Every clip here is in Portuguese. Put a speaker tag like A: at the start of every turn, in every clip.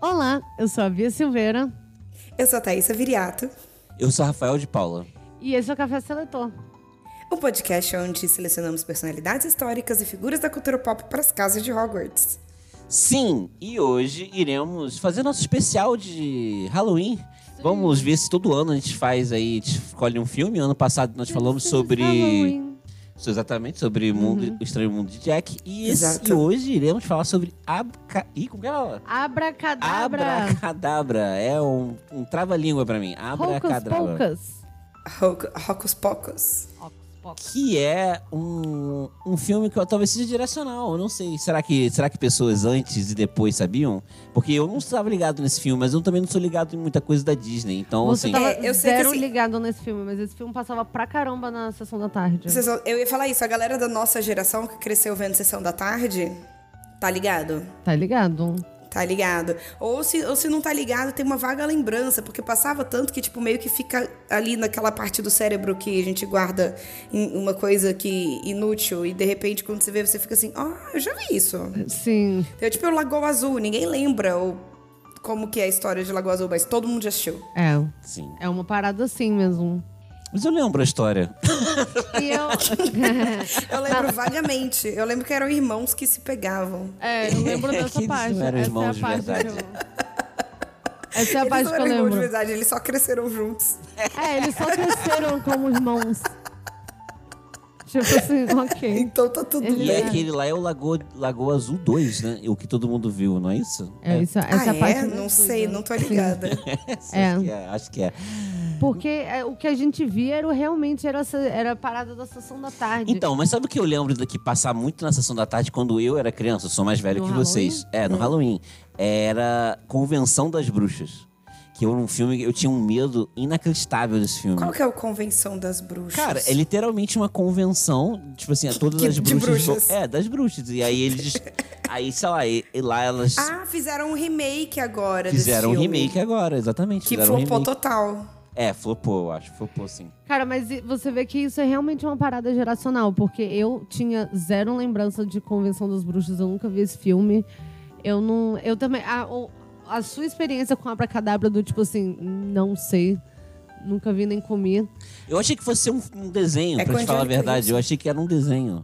A: olá, eu sou a Bia Silveira
B: Eu sou a Thaisa Viriato,
C: Eu sou Rafael de Paula.
A: e esse é o Café Seletor.
B: o podcast onde selecionamos personalidades históricas e figuras da cultura pop para as casas de Hogwarts.
C: Sim, e hoje iremos fazer nosso especial de Halloween. Vamos ver se todo ano a gente faz aí, a gente escolhe um filme. Ano passado nós falamos sobre.
A: Halloween.
C: Exatamente, sobre mundo, o estranho mundo de Jack. E, esse-
B: Exato.
C: e hoje iremos falar sobre. Abca... Ih, como que é ela?
A: Abracadabra.
C: Abracadabra. É um, um trava-língua pra mim.
A: Poucas,
C: Abracadabra.
A: poucas.
B: Roc- Rocos Pocos.
C: Que é um, um filme que talvez seja direcional. Eu não sei. Será que, será que pessoas antes e depois sabiam? Porque eu não estava ligado nesse filme, mas eu também não sou ligado em muita coisa da Disney. Então,
A: Você
C: assim.
A: tava
B: É, eu sei que
A: zero
B: assim-
A: ligado nesse filme, mas esse filme passava pra caramba na sessão da tarde.
B: Vocês vão- Eu ia falar isso, a galera da nossa geração que cresceu vendo Sessão da Tarde, tá ligado?
A: Tá ligado?
B: Tá ligado. Ou se, ou se não tá ligado, tem uma vaga lembrança, porque passava tanto que, tipo, meio que fica ali naquela parte do cérebro que a gente guarda em uma coisa que inútil, e de repente, quando você vê, você fica assim, ó, eu já vi isso.
A: Sim.
B: É tipo o Lagoa Azul, ninguém lembra o, como que é a história de Lagoa Azul, mas todo mundo já assistiu.
A: É.
C: Sim.
A: É uma parada assim mesmo.
C: Mas eu lembro a história.
A: E eu.
B: Eu lembro vagamente. Eu lembro que eram irmãos que se pegavam.
A: É, eu lembro
C: Que
A: dessa
C: eles
A: parte.
C: não
A: Essa
C: eram
A: é a
C: irmãos de
A: parte que
C: verdade.
A: eu... Essa é a
B: Eles
A: parte
B: não
A: que eu
B: eram irmãos de
A: lembro.
B: verdade, eles só cresceram juntos.
A: É, eles só cresceram como irmãos. Tipo assim, ok.
B: Então tá tudo
A: Ele
C: E
B: bem.
A: é.
C: aquele lá é o Lagoa, Lagoa Azul 2, né? O que todo mundo viu, não é isso?
A: É isso, essa
B: Ah,
A: é a parte.
B: é? Não sei, não tô ligada.
A: É.
C: Acho que é. Acho que é.
A: Porque é, o que a gente via era o- realmente era, essa- era a parada da sessão da tarde.
C: Então, mas sabe o que eu lembro do que passar muito na sessão da tarde quando eu era criança? Eu sou mais velho
A: No
C: que
A: Halloween?
C: vocês. É, no
B: Hum.
C: Halloween. Era Convenção das Bruxas. Que era um filme que eu tinha um medo inacreditável desse filme.
B: Qual que é o Convenção das Bruxas?
C: Cara, é literalmente uma convenção, tipo assim, todas
B: Que-
C: as
B: de
C: bruxas. vão-
B: bruxas.
C: É, das bruxas. E aí eles. aí, sei lá, e, e lá elas
B: Ah, fizeram um remake agora
C: fizeram um
B: desse filme.
C: remake agora, exatamente.
B: Que
C: fizeram um
B: flopou
C: remake.
B: total.
C: É, flopou, eu acho. Flopou, sim.
A: Cara, mas e- você vê que isso é realmente uma parada geracional, porque eu tinha zero lembrança de Convenção dos Bruxos, eu nunca vi esse filme. Eu não. Eu também. A, o- a sua experiência com Abracadabra do tipo assim, não sei. Nunca vi nem comi.
C: Eu achei que fosse ser um, um desenho,
B: É
C: pra
B: com
C: te falar a
B: Angélica
C: verdade.
B: Houston.
C: Eu achei que era um desenho.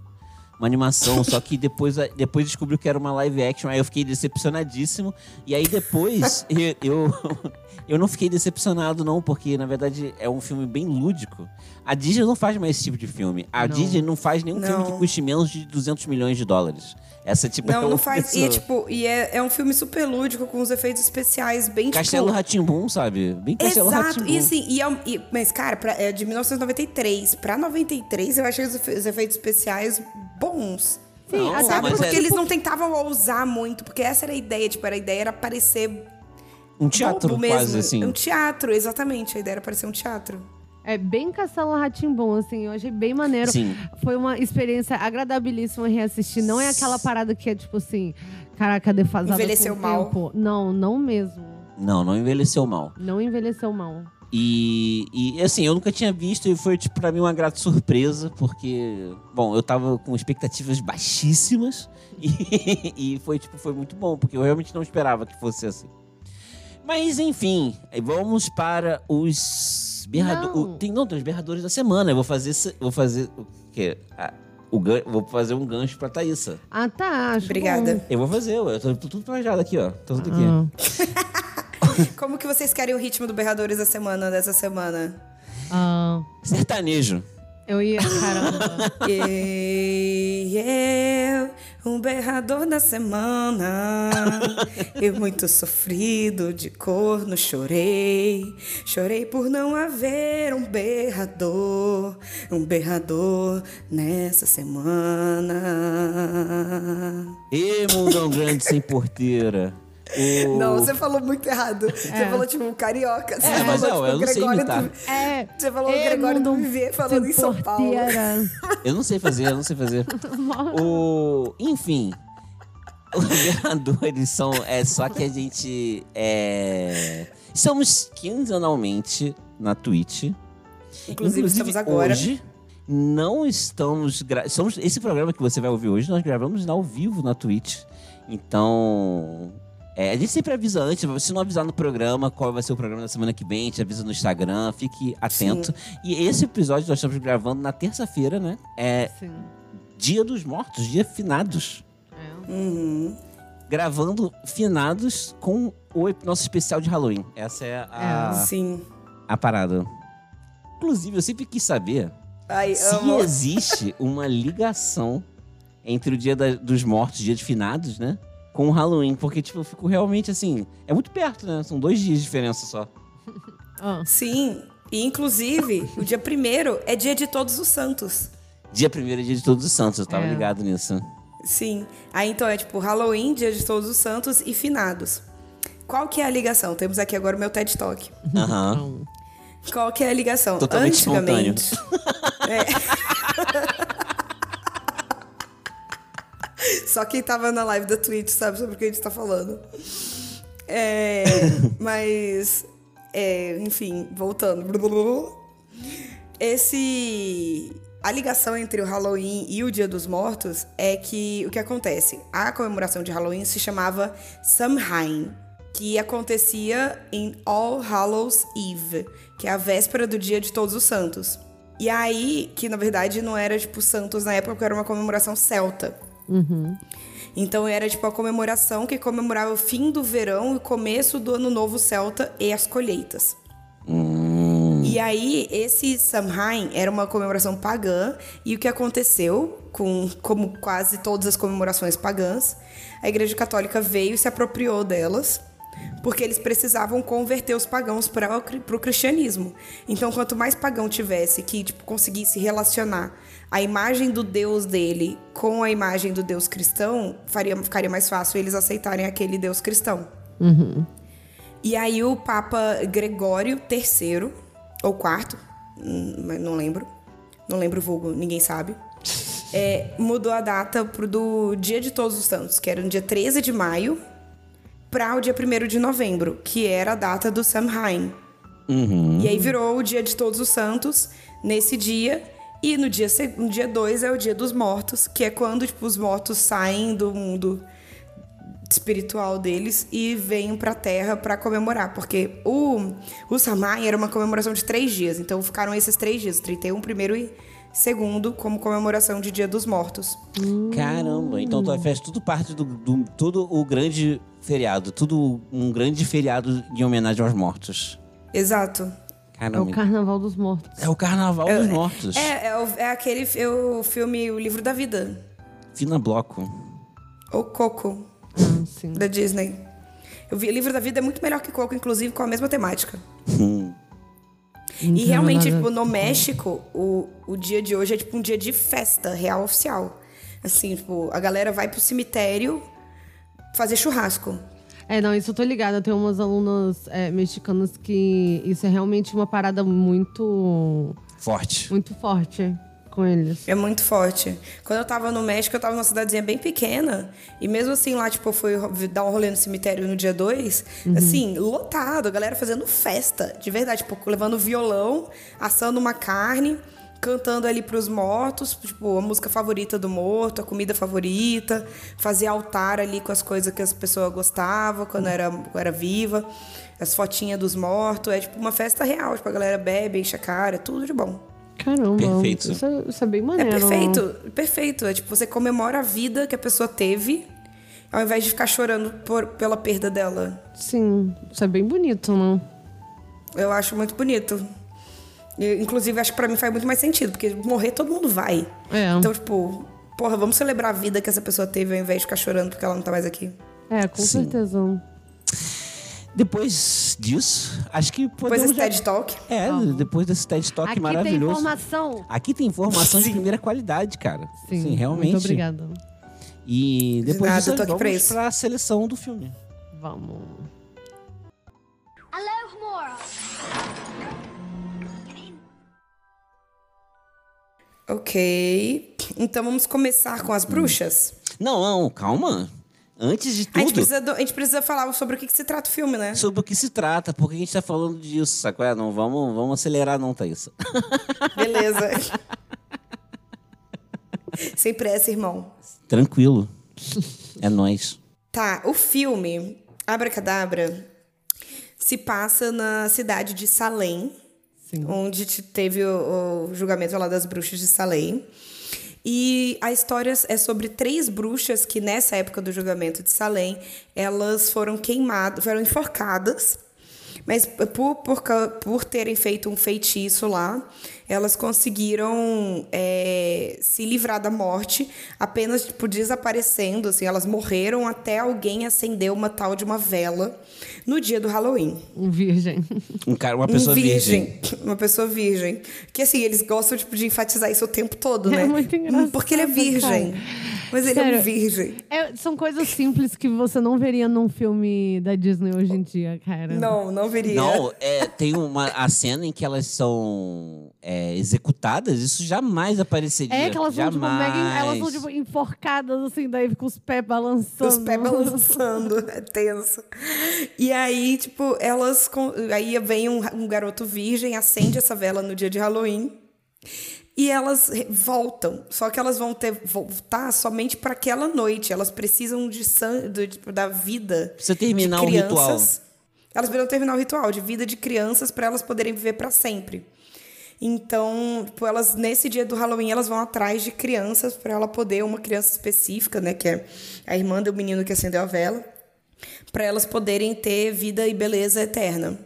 C: Uma animação, só que depois, depois descobriu que era uma live action, aí eu fiquei decepcionadíssimo. E aí depois eu, eu, eu não fiquei decepcionado, não, porque na verdade é um filme bem lúdico. A Disney não faz mais esse tipo de filme. A
A: Não.
C: Disney não faz nenhum filme que
B: Não.
C: custe menos de 200 milhões de dólares. Essa tipo é
B: Não,
C: uma
B: não faz. E,
C: pessoa-
B: é, tipo, e é, é um filme super lúdico, com os efeitos especiais bem
C: Castelo
B: tipo...
C: Ratimbum, sabe? Bem Castelo
B: Exato,
C: Rá-Tim-Bum.
B: e assim, e é um- e- mas cara, pra- é de 1993 pra 93, eu achei os, efe- os efeitos especiais bons.
A: Sim,
C: Não,
A: até
B: Sabe?
C: mas
B: Porque
C: é-
B: eles não tentavam ousar muito, porque essa era a ideia, tipo, era a ideia era parecer
C: Um teatro
B: bobo mesmo.
C: quase, assim. Tipo
B: Um teatro, exatamente, a ideia era parecer um teatro.
A: É bem Castelo Ratimbom, assim, eu achei bem maneiro.
C: Sim.
A: Foi uma experiência agradabilíssima reassistir. Não é aquela parada que é tipo assim, caraca, defasada. com
B: Envelheceu
A: o
B: mal.
A: tempo. Não, não mesmo.
C: Não, não envelheceu mal.
A: Não envelheceu mal.
C: E, e, assim, eu nunca tinha visto e foi tipo, pra mim uma grata surpresa, porque, bom, eu tava com expectativas baixíssimas e, e foi tipo, foi muito bom, porque eu realmente não esperava que fosse assim. Mas enfim, vamos para os berradores.
A: Não.
C: Tem, não, tem os berradores da semana. Eu vou fazer. se- Vou fazer. O quê? Ah, o gan- vou fazer um gancho pra Thaísa.
A: Ah, tá. Acho
B: Obrigada.
A: bom.
C: Eu vou fazer, eu tô tudo planejado aqui, ó. Tá tudo aqui.
A: Ah.
B: Como que vocês querem o ritmo do Berradores da semana, dessa semana?
A: Ah,
C: Sertanejo.
A: eu ia. Caramba.
B: E eu, um berrador da semana. Eu muito sofrido de corno chorei. Chorei por não haver um berrador, um berrador nessa semana.
C: E mundão grande sem porteira. O-
B: Não, você falou muito errado. Você falou tipo carioca. Você falou
C: É. mas não, tá?
B: tipo
C: eu não sei
B: Gregório
C: imitar.
B: do...
A: É.
B: Você falou o
A: é,
B: Gregório
A: mundo
B: do Vivier falando em São Paulo.
A: porteira.
C: Eu não sei fazer, eu não sei fazer. o... Enfim. Os Liberadores são. É só que a gente. É... Somos quinzenalmente na Twitch.
B: Inclusive, estamos agora.
C: Hoje, não estamos. Gra... somos- Esse programa que você vai ouvir hoje, nós gravamos ao vivo na Twitch. Então. é, a gente sempre avisa antes, se não avisar no programa, qual vai ser o programa da semana que vem, a gente avisa no Instagram, fique atento. E esse episódio nós estamos gravando na terça-feira, né? É
A: Sim.
C: Dia dos Mortos, Dia Finados.
A: É.
B: Uhum.
C: Gravando Finados com o ep- nosso especial de Halloween. Essa é a,
B: Sim.
C: a parada. Inclusive, eu sempre quis saber
B: Ai,
C: se
B: amo.
C: existe uma ligação entre o dia da- dos mortos, dia de finados, né? Com o Halloween, porque, tipo, eu fico realmente assim. É muito perto, né? São dois dias de diferença só.
A: Ah,
B: Sim. E inclusive, o dia primeiro é dia de todos os santos.
C: Dia primeiro é dia de Todos os Santos, eu tava
A: É.
C: ligado nisso.
B: Sim. Aí então é tipo Halloween, dia de todos os santos e finados. Qual que é a ligação? Temos aqui agora o meu TED Talk.
C: Aham.
A: então,
B: Qual que é a ligação?
C: Totalmente espontâneo.
B: Antigamente. É. Só quem tava na live da Twitch sabe sobre o que a gente tá falando. É, mas. é, enfim, voltando. Esse. A ligação entre o Halloween e o Dia dos Mortos é que o que acontece? A comemoração de Halloween se chamava Samhain, que acontecia em All Hallows Eve, que é a véspera do Dia de Todos os Santos. E aí, que na verdade não era tipo Santos na época, porque era uma comemoração celta.
C: Uhum.
B: Então era tipo a comemoração que comemorava o fim do verão e o começo do ano novo celta e as colheitas.
C: Hum. Uhum.
B: E aí, esse Samhain era uma comemoração pagã, e o que aconteceu, com, como quase todas as comemorações pagãs, a Igreja Católica veio e se apropriou delas, porque eles precisavam converter os pagãos para o cristianismo. Então, quanto mais pagão tivesse que tipo, conseguisse relacionar a imagem do Deus dele com a imagem do Deus cristão, faria, ficaria mais fácil eles aceitarem aquele Deus cristão. E aí o Papa Gregório III, ou quarto, hum, mas não lembro. Não lembro o vulgo, ninguém sabe. É, mudou a data pro do Dia de Todos os Santos, que era no dia 13 de maio, para o dia 1 de novembro, que era a data do Samhain.
C: Uhum.
B: E aí virou o Dia de Todos os Santos nesse dia. E no dia 2 no dia dois é o Dia dos Mortos, que é quando tipo, os mortos saem do mundo espiritual deles e vêm pra terra pra comemorar. Porque o, o Samhain era uma comemoração de três dias. Então ficaram esses três dias, 31, 1 e 2, como comemoração de Dia dos Mortos.
C: Caramba, então tu festa tudo parte do, do- Todo o grande feriado. Tudo um grande feriado em homenagem aos mortos.
B: Exato.
A: é o
C: Caramba. então.
A: carnaval dos mortos.
C: É o carnaval dos mortos.
B: É, é, o- é aquele fi- o filme O Livro da Vida,
C: Fina bloco.
B: ou Coco,
A: Ah, sim.
B: da Disney. Eu vi, o Livro da Vida é muito melhor que Coco, inclusive, com a mesma temática. E realmente, tipo, no México, o, o dia de hoje é tipo um dia de festa real oficial. Assim, tipo, a galera vai pro cemitério fazer churrasco.
A: É, não, isso eu tô ligada. Eu tenho umas alunas é, mexicanas que isso é realmente uma parada muito,
C: Forte.
A: muito forte com eles.
B: É muito forte. Quando eu tava no México, eu tava numa cidadezinha bem pequena. E mesmo assim, lá, tipo, eu fui ro- dar um rolê no cemitério no dia 2. Assim, lotado, a galera fazendo festa, de verdade. Tipo, levando violão, assando uma carne, cantando ali pros mortos. Tipo, a música favorita do morto, a comida favorita. Fazer altar ali com as coisas que as pessoas gostavam quando era, quando era viva. As fotinhas dos mortos. É tipo uma festa real. Tipo, a galera bebe, enche a cara, é tudo de bom.
A: Caramba.
C: Perfeito.
A: Isso, é- isso é bem
B: É
A: maneiro.
B: perfeito, perfeito. É tipo, você comemora a vida que a pessoa teve ao invés de ficar chorando por- pela perda dela.
A: Sim, isso é bem bonito, né? não?
B: Eu acho muito bonito. E, inclusive, acho que pra mim faz muito mais sentido, porque morrer todo mundo vai.
A: É.
B: Então, tipo, porra, vamos celebrar a vida que essa pessoa teve ao invés de ficar chorando porque ela não tá mais aqui.
A: É, com
C: Sim.
A: certeza.
C: Depois disso, acho que podemos...
B: Depois desse
C: já-
B: TED Talk.
C: É, depois desse TED Talk
A: Aqui tem
C: maravilhoso.
A: informação.
C: Aqui tem informação de primeira qualidade, cara. Sim, realmente.
A: Muito obrigada.
C: E
B: De
C: depois
B: nada,
C: disso,
B: eu tô aqui
C: vamos
B: pra isso.
C: pra seleção do filme.
A: Vamos.
B: Ok. Então vamos começar com as bruxas.
C: Não, não, calma. Antes de
B: A gente,
C: tudo,
B: precisa do- a gente precisa falar sobre o que, que se trata o filme, né?
C: sobre o que se trata, por que a gente tá falando disso, sacou? É, Não vamos, vamos acelerar não, Thaís.
B: Beleza. Sem pressa, irmão.
C: Tranquilo. É nóis.
B: Tá, o filme Abracadabra se passa na cidade de Salem,
A: Sim.
B: onde te- teve o, o julgamento lá das bruxas de Salem. E a história é sobre três bruxas que nessa época do julgamento de Salem, elas foram queimadas, foram enforcadas. Mas por, por, ca- por terem feito um feitiço lá, elas conseguiram é, se livrar da morte apenas tipo, desaparecendo. Assim, elas morreram até alguém acender uma tal de uma vela no dia do Halloween
A: Um virgem.
C: Um cara, uma pessoa virgem.
B: uma pessoa virgem. Que assim, eles gostam tipo, de enfatizar isso o tempo todo,
A: É
B: né?
A: muito engraçado,
B: Porque ele é virgem.
A: cara.
B: Mas ele é
A: Sério.
B: um virgem.
A: É, são coisas simples que você não veria num filme da Disney hoje em dia, cara.
B: Não, não viria.
C: Não, é, tem uma a cena em que elas são é, executadas, isso jamais apareceria.
A: É que elas são,
C: jamais.
A: tipo, mega, elas são, tipo, enforcadas, assim, daí fica os pés balançando.
B: Os pés balançando, é tenso. E aí, tipo, elas. com- Aí vem um, um garoto virgem, acende essa vela no dia de Halloween. E elas re- voltam. Só que elas vão ter voltar somente para aquela noite. Elas precisam de sangue, da vida.
C: Precisa terminar
B: de
C: o
B: crianças.
C: ritual.
B: Elas precisam terminar o ritual de vida de crianças para elas poderem viver para sempre. Então, tipo, elas nesse dia do Halloween elas vão atrás de crianças para ela poder uma criança específica, né, que é a irmã do menino que acendeu a vela, para elas poderem ter vida e beleza eterna.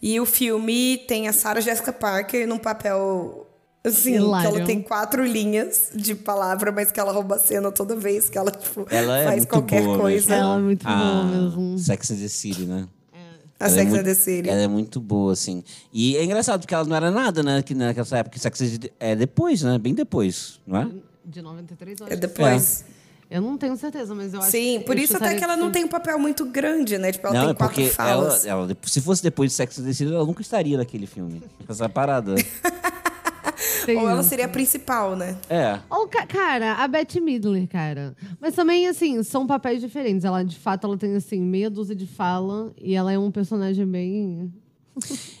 B: E o filme tem a Sarah Jessica Parker num papel assim,
A: Hilário.
B: que ela tem quatro linhas de palavra, mas que ela rouba a cena toda vez que ela, tipo,
C: Ela é
B: faz
C: muito
B: qualquer
C: boa
B: coisa.
C: mesmo.
A: Ela é muito
C: Ah,
A: boa mesmo.
C: Sex and the City, né?
B: A
C: Ela
B: Sex
C: é
B: and the City.
C: Ela é muito boa, assim. E é engraçado, porque ela não era nada, né? Que naquela época, Sex and the City é depois, né? Bem depois, não é?
A: De 93 eu
B: É
A: acho.
B: depois.
A: Eu não tenho certeza, mas eu acho
B: Sim,
A: que-
B: por
A: eu
B: isso até
A: chutaria
B: que ela não
A: sim.
B: tem um papel muito grande, né? Tipo, ela
C: não,
B: tem
C: é
B: quatro
C: porque ela,
B: falas.
C: ela- se fosse depois de Sex and the City, ela nunca estaria naquele filme. Essa parada.
A: Tem
B: Ou ela
A: isso.
B: seria a principal, né?
C: É.
A: Ou, ca- cara, a Beth Midler, cara. Mas também, assim, são papéis diferentes. Ela, de fato, ela tem, assim, meia dúzia de fala. E ela é um personagem bem...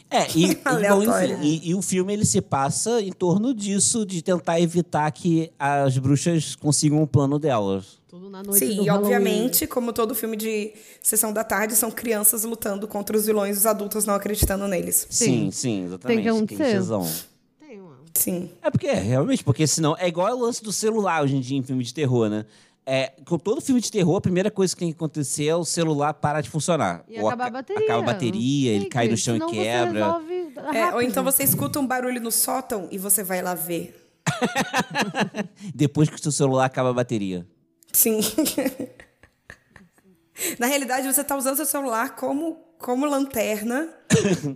C: É, e, e, bom,
B: Aleatório.
C: enfim, e- e o filme ele se passa em torno disso, de tentar evitar que as bruxas consigam o plano delas.
A: Tudo na noite
B: Sim,
A: do
B: e
A: Halloween.
B: obviamente, como todo filme de sessão da tarde, são crianças lutando contra os vilões, os adultos não acreditando neles.
C: Sim, sim, exatamente.
A: acontecer.
C: chezão.
A: Tem uma...
B: Sim.
C: É porque, é, realmente, porque senão é igual o lance do celular hoje em dia em filme de terror, né? É, com todo filme de terror, a primeira coisa que tem que acontecer é o celular parar de funcionar.
A: E
C: Ou
A: acabar a
C: aca-
A: bateria.
C: Acaba a bateria, ele
A: Sim,
C: cai no
A: gente,
C: chão
A: senão
C: e
A: você
C: quebra.
A: resolve
B: É, ou
A: Tá rápido.
B: então você escuta um barulho no sótão e você vai lá ver.
C: Depois que o seu celular acaba a bateria.
B: Sim. Na realidade, você tá usando seu celular como, como lanterna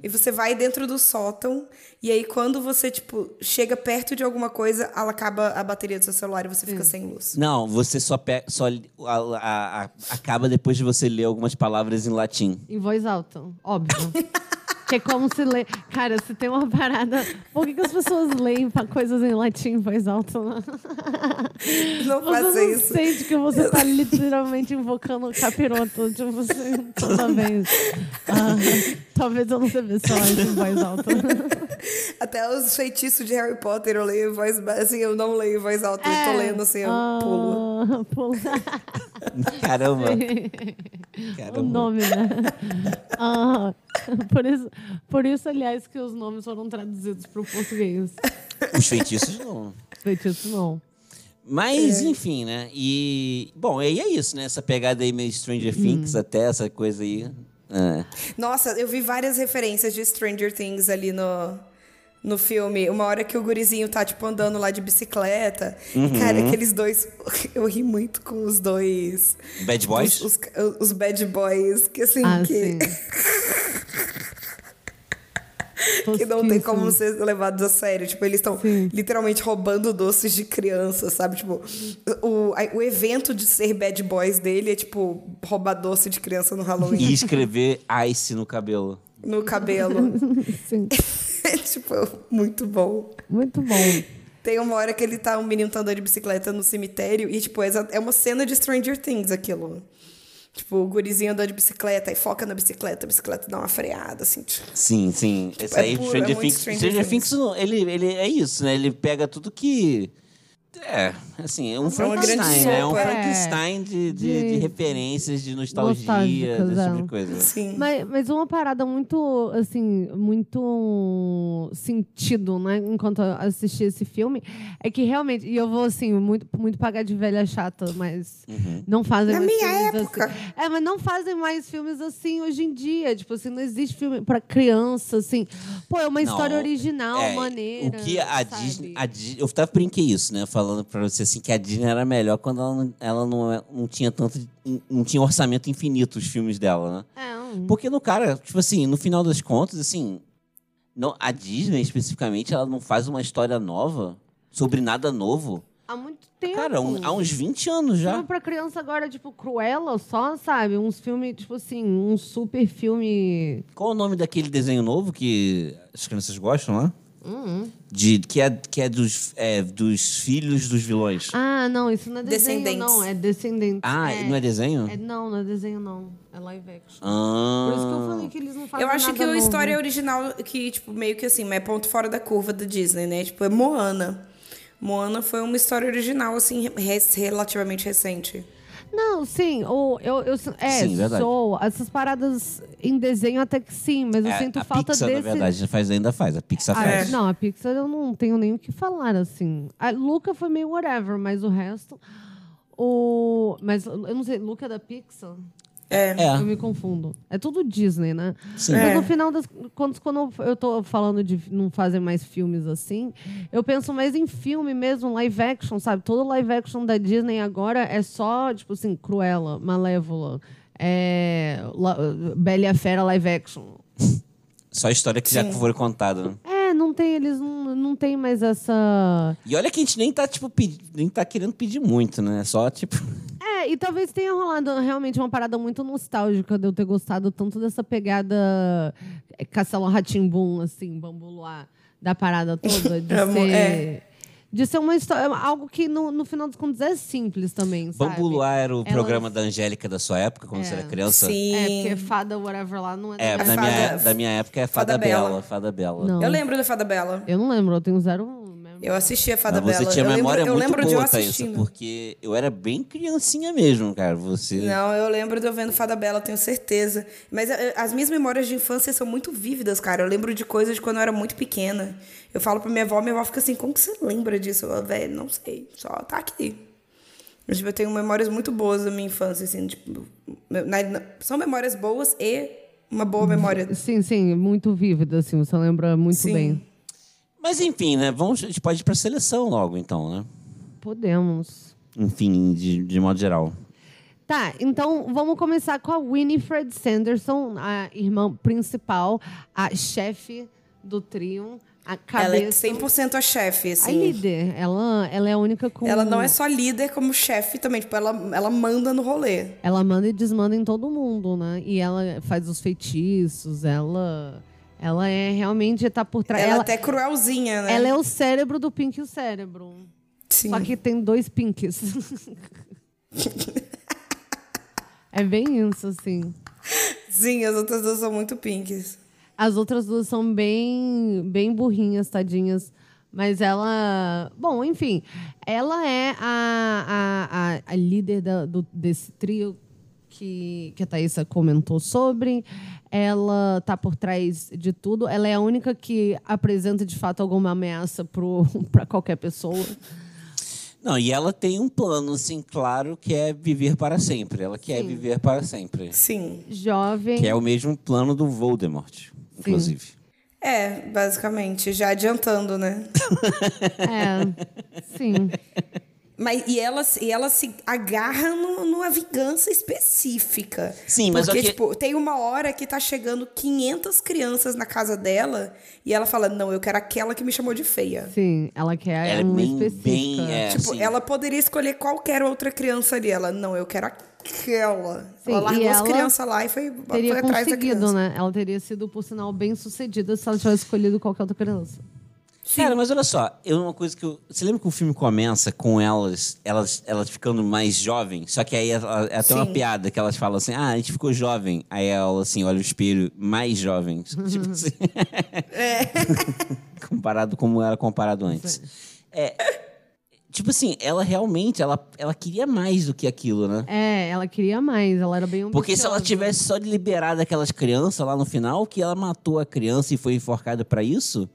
B: e você vai dentro do sótão. E aí, quando você, tipo, chega perto de alguma coisa, ela acaba a bateria do seu celular e você
A: É.
B: fica sem luz.
C: Não, você só, pe- só li- a- a- a- acaba depois de você ler algumas palavras em latim.
A: Em voz alta, óbvio. que é como se lê... Cara, se tem uma parada... Por que, que as pessoas leem pa- coisas em latim em voz alta?
B: Não
A: Você
B: faça
A: não
B: isso.
A: sente que você tá literalmente invocando o capiroto, tipo assim, toda vez. Ah, talvez eu não devesse falar isso em voz alta.
B: Até os feitiços de Harry Potter eu leio em voz ba- assim, eu não leio em voz alta, eu tô lendo assim, eu pulo.
A: É. Ah, pulo.
C: Caramba. Caramba.
A: o nome, né? Ah, por, isso, por isso, aliás, que os nomes foram traduzidos pro português. tipo,
C: Os feitiços não.
A: Feitiço não.
B: É.
C: Mas, enfim, né? E. Bom, aí é isso, né? Essa pegada aí meio Stranger
B: Uhum.
C: Things, até essa coisa aí. É.
B: Nossa, eu vi várias referências de Stranger Things ali no, no filme. Uma hora que o gurizinho tá, tipo, andando lá de bicicleta. E, cara, aqueles dois. Eu ri muito com os dois.
C: Bad Boys?
B: Os, os, os bad boys, que assim,
A: Ah,
B: que,
A: sim.
B: que não tem como
A: Tosquíssimo.
B: ser levados a sério. Tipo, eles estão literalmente roubando doces de criança, sabe? Tipo, o, a- o evento de ser bad boys dele é, tipo, roubar doce de criança no Halloween.
C: E escrever Ice no cabelo.
B: no cabelo.
A: Sim.
B: É, tipo, muito bom.
A: Muito bom.
B: Tem uma hora que ele tá, um menino tá andando de bicicleta no cemitério e, tipo, é exa- é uma cena de Stranger Things aquilo. Tipo, o gurizinho andando de bicicleta e foca na bicicleta, a bicicleta dá uma freada, assim. tch.
C: Sim, sim. Esse aí,
B: puro, é
C: Stranger
B: muito
C: Things.
B: Stranger
C: Stranger
B: Things.
C: Things, não- ele, ele é isso, né? Ele pega tudo que. É, assim, é um Frankenstein,
B: grande
C: né? É um
B: sopa,
A: é.
C: Frankenstein de, de, de
A: De-
C: referências, de nostalgia,
A: nostálgicas,
C: desse tipo de
A: é.
C: coisa.
B: Sim.
A: Mas, mas uma parada muito, assim, muito sentido, né? Enquanto eu assisti esse filme, é que realmente, e eu vou, assim, muito, muito pagar de velha chata, mas
C: Uhum.
A: não fazem
B: Na
A: mais
B: minha
A: filmes
B: época.
A: assim. É, mas não fazem mais filmes assim hoje em dia. Tipo assim, não existe filme pra criança, assim. Pô, é uma
C: Não,
A: história original,
C: é,
A: maneira.
C: O que a
A: sabe?
C: Disney. a Di- eu até brinquei isso, né? Falando pra você assim, que a Disney era melhor quando ela não, ela não, é- não tinha tanto. Não tinha orçamento infinito os filmes dela, né?
A: É, um-
C: Porque no cara, tipo assim, no final das contas, assim, não, a Disney especificamente, ela não faz uma história nova sobre nada novo.
A: há muito tempo.
C: Cara, um- há uns 20 anos já.
A: Filme pra criança agora, tipo, Cruella só, sabe? Uns filmes, tipo assim, um super filme.
C: Qual o nome daquele desenho novo que as crianças gostam, né?
B: Uhum.
A: Hum.
C: De, que é, que é, dos, é dos filhos dos vilões.
A: Ah, não, isso não é desenho,
B: Descendentes.
A: não. É descendente.
C: Ah, não é desenho?
A: não, não é desenho, não. É live action.
C: Ah.
A: Por isso que eu falei que eles não fazem
B: Eu acho
A: nada
B: que a
A: novo.
C: é
B: história original, que, tipo, meio que assim, mas é ponto fora da curva da Disney, né? Tipo, é Moana. Moana foi uma história original, assim, res- relativamente recente.
A: Não, sim, ou eu, eu sin- é,
C: Sim, verdade.
A: sou essas paradas em desenho até que sim, mas eu
C: É,
A: sinto
C: a
A: falta
C: Pixar,
A: desse
C: na verdade, faz, ainda faz. A Pixar
A: Ah,
C: faz.
A: é. Não, a Pixar eu não tenho nem o que falar, assim. A Luca foi meio whatever, mas o resto. O. Mas eu não sei, Luca é da Pixar?
B: É.
A: Eu me confundo. É tudo Disney, né?
C: Ah. Sim.
A: Mas
B: É.
A: no final das contas, quando eu tô falando de não fazer mais filmes assim, eu penso mais em filme mesmo, live action, sabe? Todo live action da Disney agora é só, tipo assim, Cruella, Malévola, é... La- Bela e a Fera live action.
C: Só a história que já foi contada, né?
A: É, não tem, eles não, não tem mais essa.
C: E olha que a gente nem tá, tipo, pedi- nem tá querendo pedir muito, né? É Só, tipo.
A: É, e talvez tenha rolado realmente uma parada muito nostálgica de eu ter gostado tanto dessa pegada é, Castelo Ratimbum, assim, bambuluá, da parada toda. De
B: Amo,
A: ser,
B: é.
A: de ser uma história. Algo que no, no final dos contos é simples também. sabe?
C: Bambuluá era o
A: Elas-
C: programa da Angélica da sua época, quando você era criança?
B: Sim.
A: É, porque fada, whatever lá, não é.
C: É,
A: da-
C: da
B: fada-
C: minha, da minha época é Fada,
B: Fada
C: Bela.
B: Bela.
C: Fada Bela.
A: Não.
B: Eu lembro da Fada Bela.
A: Eu não lembro, eu tenho zero. um memory.
B: Eu assisti a Fada
C: Mas você
B: Bela.
C: tinha
B: eu lembro,
C: memória
B: eu
C: muito
B: lembro de eu
C: boa, Thaís,
B: assistindo.
C: porque eu era bem criancinha mesmo, cara. Você.
B: Não, eu lembro de eu vendo Fada Bela, tenho certeza. Mas eh, as minhas memórias de infância são muito vívidas, cara. Eu lembro de coisas de quando eu era muito pequena. Eu falo pra minha avó, minha avó fica assim, como que você lembra disso? Eu, velho, não sei, só tá aqui. Mas, tipo, eu tenho memórias muito boas da minha infância, assim, tipo... na- na- são memórias boas e uma boa memória.
A: Sim, sim, muito vívida, assim, você lembra muito
B: Sim.
A: bem.
C: Mas enfim, né? Vamos, a gente pode ir pra seleção logo, então, né?
A: Podemos.
C: Enfim, de, de modo geral.
A: Tá, então vamos começar com a Winifred Sanderson, a irmã principal, a chefe do trio, a
B: Ela é
A: cabeça.
B: 100% a chefe,
A: a
B: assim.
A: líder. Ela, ela é a única com.
B: Ela não é só líder, como chefe também. Tipo, ela, ela manda no rolê.
A: Ela manda e desmanda em todo mundo, né? E ela faz os feitiços, ela. Ela é realmente tá por trás.
B: Ela,
A: Ela,
B: até é cruelzinha, né?
A: ela é o cérebro do Pink e o cérebro.
B: Sim.
A: Só que tem dois pinks. é bem isso, assim.
B: Sim, as outras duas são muito pinks.
A: As outras duas são bem, bem burrinhas, tadinhas. Mas ela. Bom, enfim. Ela é a, a, a, a líder da- do, desse trio que, que a Thaisa comentou sobre. Ela tá por trás de tudo. Ela é a única que apresenta, de fato, alguma ameaça para qualquer pessoa.
C: Não, e ela tem um plano, assim, claro, que é viver para sempre. Ela quer
A: Sim.
C: viver para sempre.
B: Sim.
A: Jovem.
C: Que é o mesmo plano do Voldemort, inclusive.
B: É, basicamente, já adiantando, né?
A: É. Sim.
B: Mas e ela, e ela se agarra no, numa vingança específica.
C: Sim, mas
B: Porque,
C: ok.
B: tipo, tem uma hora que tá chegando 500 crianças na casa dela e ela fala: Não, eu quero aquela que me chamou de feia.
A: Sim. Ela quer
C: Ela é
A: uma
C: bem-
A: específica.
C: bem, é.
B: Tipo,
C: sim.
B: ela poderia escolher qualquer outra criança ali. Ela, não, eu quero aquela.
A: Sim,
B: ela largou
A: e
B: as
A: ela
B: crianças lá e foi, foi
A: Teria
B: atrás da
A: conseguido,
B: criança.
A: né? Ela teria sido, por sinal, bem sucedida se ela tivesse escolhido qualquer outra criança.
C: Cara, mas olha só, eu uma coisa que eu. Você lembra que o filme começa com elas, elas, elas ficando mais jovens? Só que aí ela- é até uma
B: Sim.
C: piada que elas falam assim: ah, a gente ficou jovem. Aí ela assim, olha o espelho, mais jovens. tipo assim. comparado como era comparado antes. É, tipo assim, ela realmente ela, ela queria mais do que aquilo, né?
A: É, ela queria mais. Ela era bem
B: Um
A: ambiciosa.
C: Porque se ela
B: né?
C: tivesse só liberado aquelas crianças lá no final, que ela matou a criança e foi enforcada pra isso,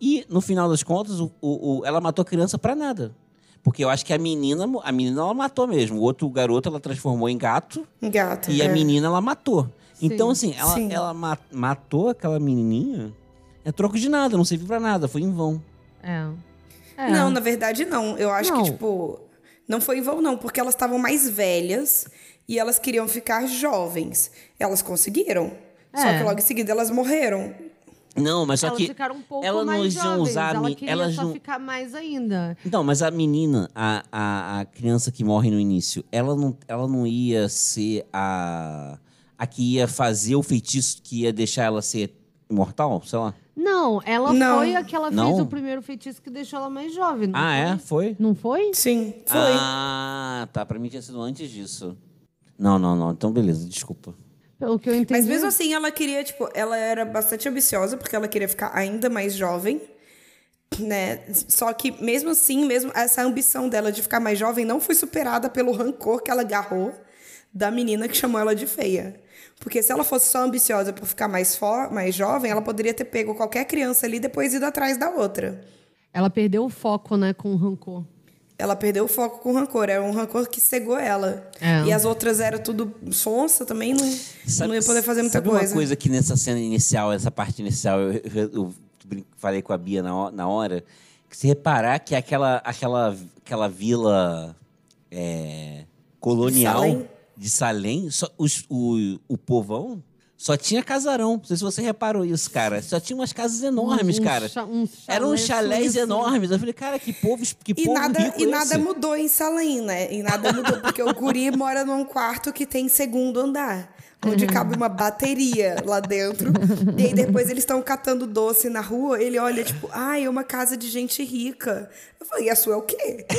C: e no final das contas, o, o- o- ela matou a criança pra nada. Porque eu acho que a menina, mo- a menina ela matou mesmo. O outro garoto ela transformou em gato
B: Gato.
C: e
B: é.
C: a menina ela matou.
A: Sim.
C: Então, assim, ela,
B: Sim.
C: ela ma- matou aquela menininha é troco de nada, não serviu pra nada, foi em vão.
A: É. É.
B: Não, na verdade, não. Eu acho
A: Não.
B: que, tipo, não foi em vão, não, porque elas estavam mais velhas e elas queriam ficar jovens. Elas conseguiram. Só
A: É.
B: que logo em seguida elas morreram.
C: Não, mas só
A: elas
C: que.
A: ficaram um pouco
C: ela não
A: mais
C: iam
A: jovens.
C: usar a
A: ela
C: mi-
A: queria
C: elas
A: só
C: não-
A: ficar mais ainda.
C: Então, mas a menina, a, a, a criança que morre no início, ela não, ela não ia ser a, a que ia fazer o feitiço que ia deixar ela ser imortal? Sei lá.
A: Não, ela
B: Não.
A: foi a que ela fez
C: Não?
A: o primeiro feitiço que deixou ela mais jovem. Não
C: ah, é?
A: foi?
C: Foi?
A: Não foi?
B: Sim, foi.
C: Ah, tá. Pra mim tinha sido antes disso. Não, não, não. Então, beleza, desculpa.
A: Pelo que eu entendi.
B: Mas mesmo assim, ela queria, tipo, ela era bastante ambiciosa, porque ela queria ficar ainda mais jovem, né? Só que mesmo assim, mesmo essa ambição dela de ficar mais jovem não foi superada pelo rancor que ela agarrou da menina que chamou ela de feia. Porque se ela fosse só ambiciosa por ficar mais, fo- mais jovem, ela poderia ter pego qualquer criança ali e depois ido atrás da outra.
A: Ela perdeu o foco, né, com o rancor.
B: Ela perdeu o foco com o rancor, era um rancor que cegou ela.
A: É.
B: E as outras eram tudo sonsa também, não, não ia poder fazer muita
C: sabe uma coisa que nessa cena inicial, essa parte inicial, eu, eu- eu brin- falei com a Bia na, ho- na hora, que se reparar que aquela, aquela, aquela vila é, colonial
B: Salem?
C: de Salém, só, os- o, o povão só tinha casarão. Não sei se você reparou isso, cara. Só tinha umas casas enormes,
A: Um
C: cara.
A: cha- um chalé assim.
C: Eram uns chalés
A: suíço.
C: enormes. Eu falei, cara, que povo, que
B: E
C: povo
B: nada,
C: rico é
B: e
C: esse?
B: nada mudou em Salem, né? E nada mudou, porque o guri mora num quarto que tem segundo andar, onde cabe uma bateria lá dentro. E aí depois eles estão catando doce na rua, ele olha tipo, ai, é uma casa de gente rica. Eu falei, e a sua é o quê?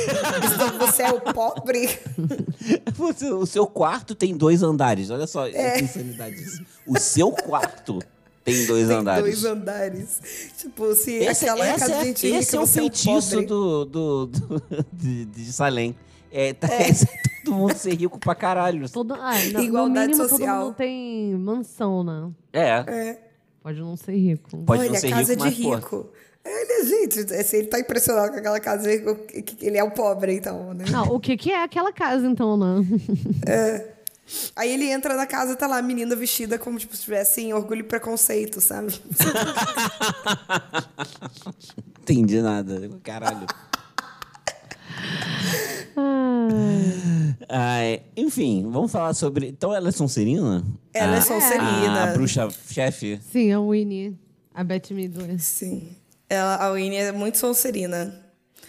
B: Então Você é o pobre?
C: Você- o seu quarto tem dois andares. Olha só que insanidade isso. O seu quarto tem dois
B: É. Tem
C: andares.
B: dois andares. Tipo, se
C: Esse,
B: aquela é a
C: essa
B: casa
C: é-
B: de gente rica,
C: esse é o
B: você
C: feitiço
B: pobre.
C: do, do, do- de, de Salem. É, tá- todo mundo ser rico pra caralho.
A: Todo, ah, no,
B: Igualdade
A: no mínimo,
B: social.
A: todo mundo tem mansão, né?
C: É,
A: Pode não ser rico.
C: pode
B: Olha,
C: não ser
B: casa
C: rico,
B: de
C: mas pô,
B: rico. Olha, gente, assim, ele tá impressionado com aquela casa, de rico, que- que ele é o pobre, então, né?
A: Não, o que que é aquela casa, então, né?
B: Aí ele entra na casa e tá lá a menina vestida como tipo, se tivesse em orgulho e preconceito, sabe?
C: entendi nada. Caralho. Ai, enfim, vamos falar sobre. Então ela é Sonserina?
B: Ela é
C: A-
B: Sonserina.
C: A Ah, bruxa chefe?
A: Sim, a Winnie. A Beth Midler.
B: Sim. Ela, a Winnie é muito Sonserina.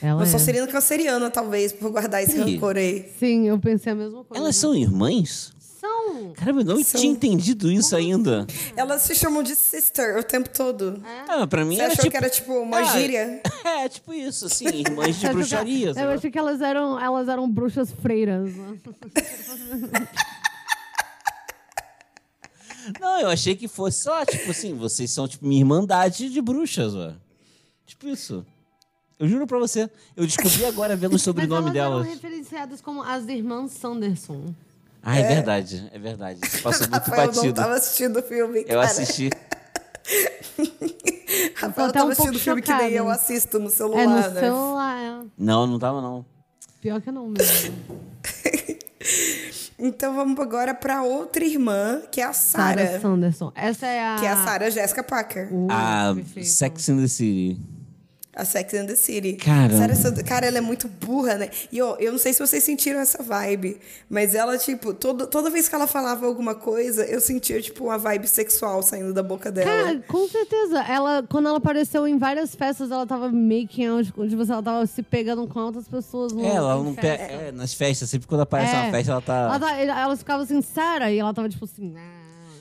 A: Ela
B: Uma
A: é.
B: Sonserina canceriana, talvez, por guardar esse
C: Sim.
B: rancor aí.
A: Sim, eu pensei a mesma coisa.
B: é.
C: Elas são irmãs?
A: São!
C: Caramba, eu não
B: São. Uhum.
C: tinha entendido isso ainda.
B: Elas se chamam de sister o tempo todo.
C: Ah, pra mim
B: É. Você
C: era
B: achou
C: tipo...
B: que era tipo uma
C: Ah,
B: gíria?
C: É, tipo isso, assim, irmãs de né?
A: Eu
C: bruxaria.
A: Eu achei que elas eram, elas eram bruxas freiras. né?
C: Não, eu achei que fosse só, tipo assim, vocês são tipo minha irmandade de bruxas, ó. Tipo isso. Eu juro pra você. Eu descobri agora vendo o
A: Mas
C: sobrenome
A: elas
C: delas.
A: eram referenciadas como as irmãs Sanderson.
C: Ah, é, verdade, é verdade. Isso passou muito
B: Rafael não
C: batido.
B: tava assistindo o filme,
C: Eu
B: cara.
C: assisti.
B: Rafael
A: até um
B: tava assistindo
A: pouco
B: filme que nem
A: chocada.
B: eu assisto no celular,
A: É no
B: né?
A: celular.
C: Não, não tava não.
A: Pior que né? não mesmo.
B: Então vamos agora pra outra irmã, que é a
A: Sarah
B: Sarah.
A: Sanderson. Essa é a.
B: Que é a Sarah Jessica Parker.
A: Uh,
C: A
A: perfeito.
C: Ah, Sex and the City.
B: A Sex and the City.
C: Cara.
B: Sarah Sand- cara, ela é muito burra, né? E ó, eu não sei se vocês sentiram essa vibe, mas ela, tipo, todo, toda vez que ela falava alguma coisa, eu sentia, tipo, uma vibe sexual saindo da boca dela.
A: Cara, com certeza. Ela, quando ela apareceu em várias festas, ela tava making out com você, ela tava se pegando com outras pessoas. no-
C: É, ela
A: em
C: não pe-
A: festa.
C: é, nas festas, sempre quando aparece
A: É.
C: uma festa, ela tá.
A: Ela, tava- ela- elas ficavam assim, Sarah, e ela tava tipo assim. "Ah",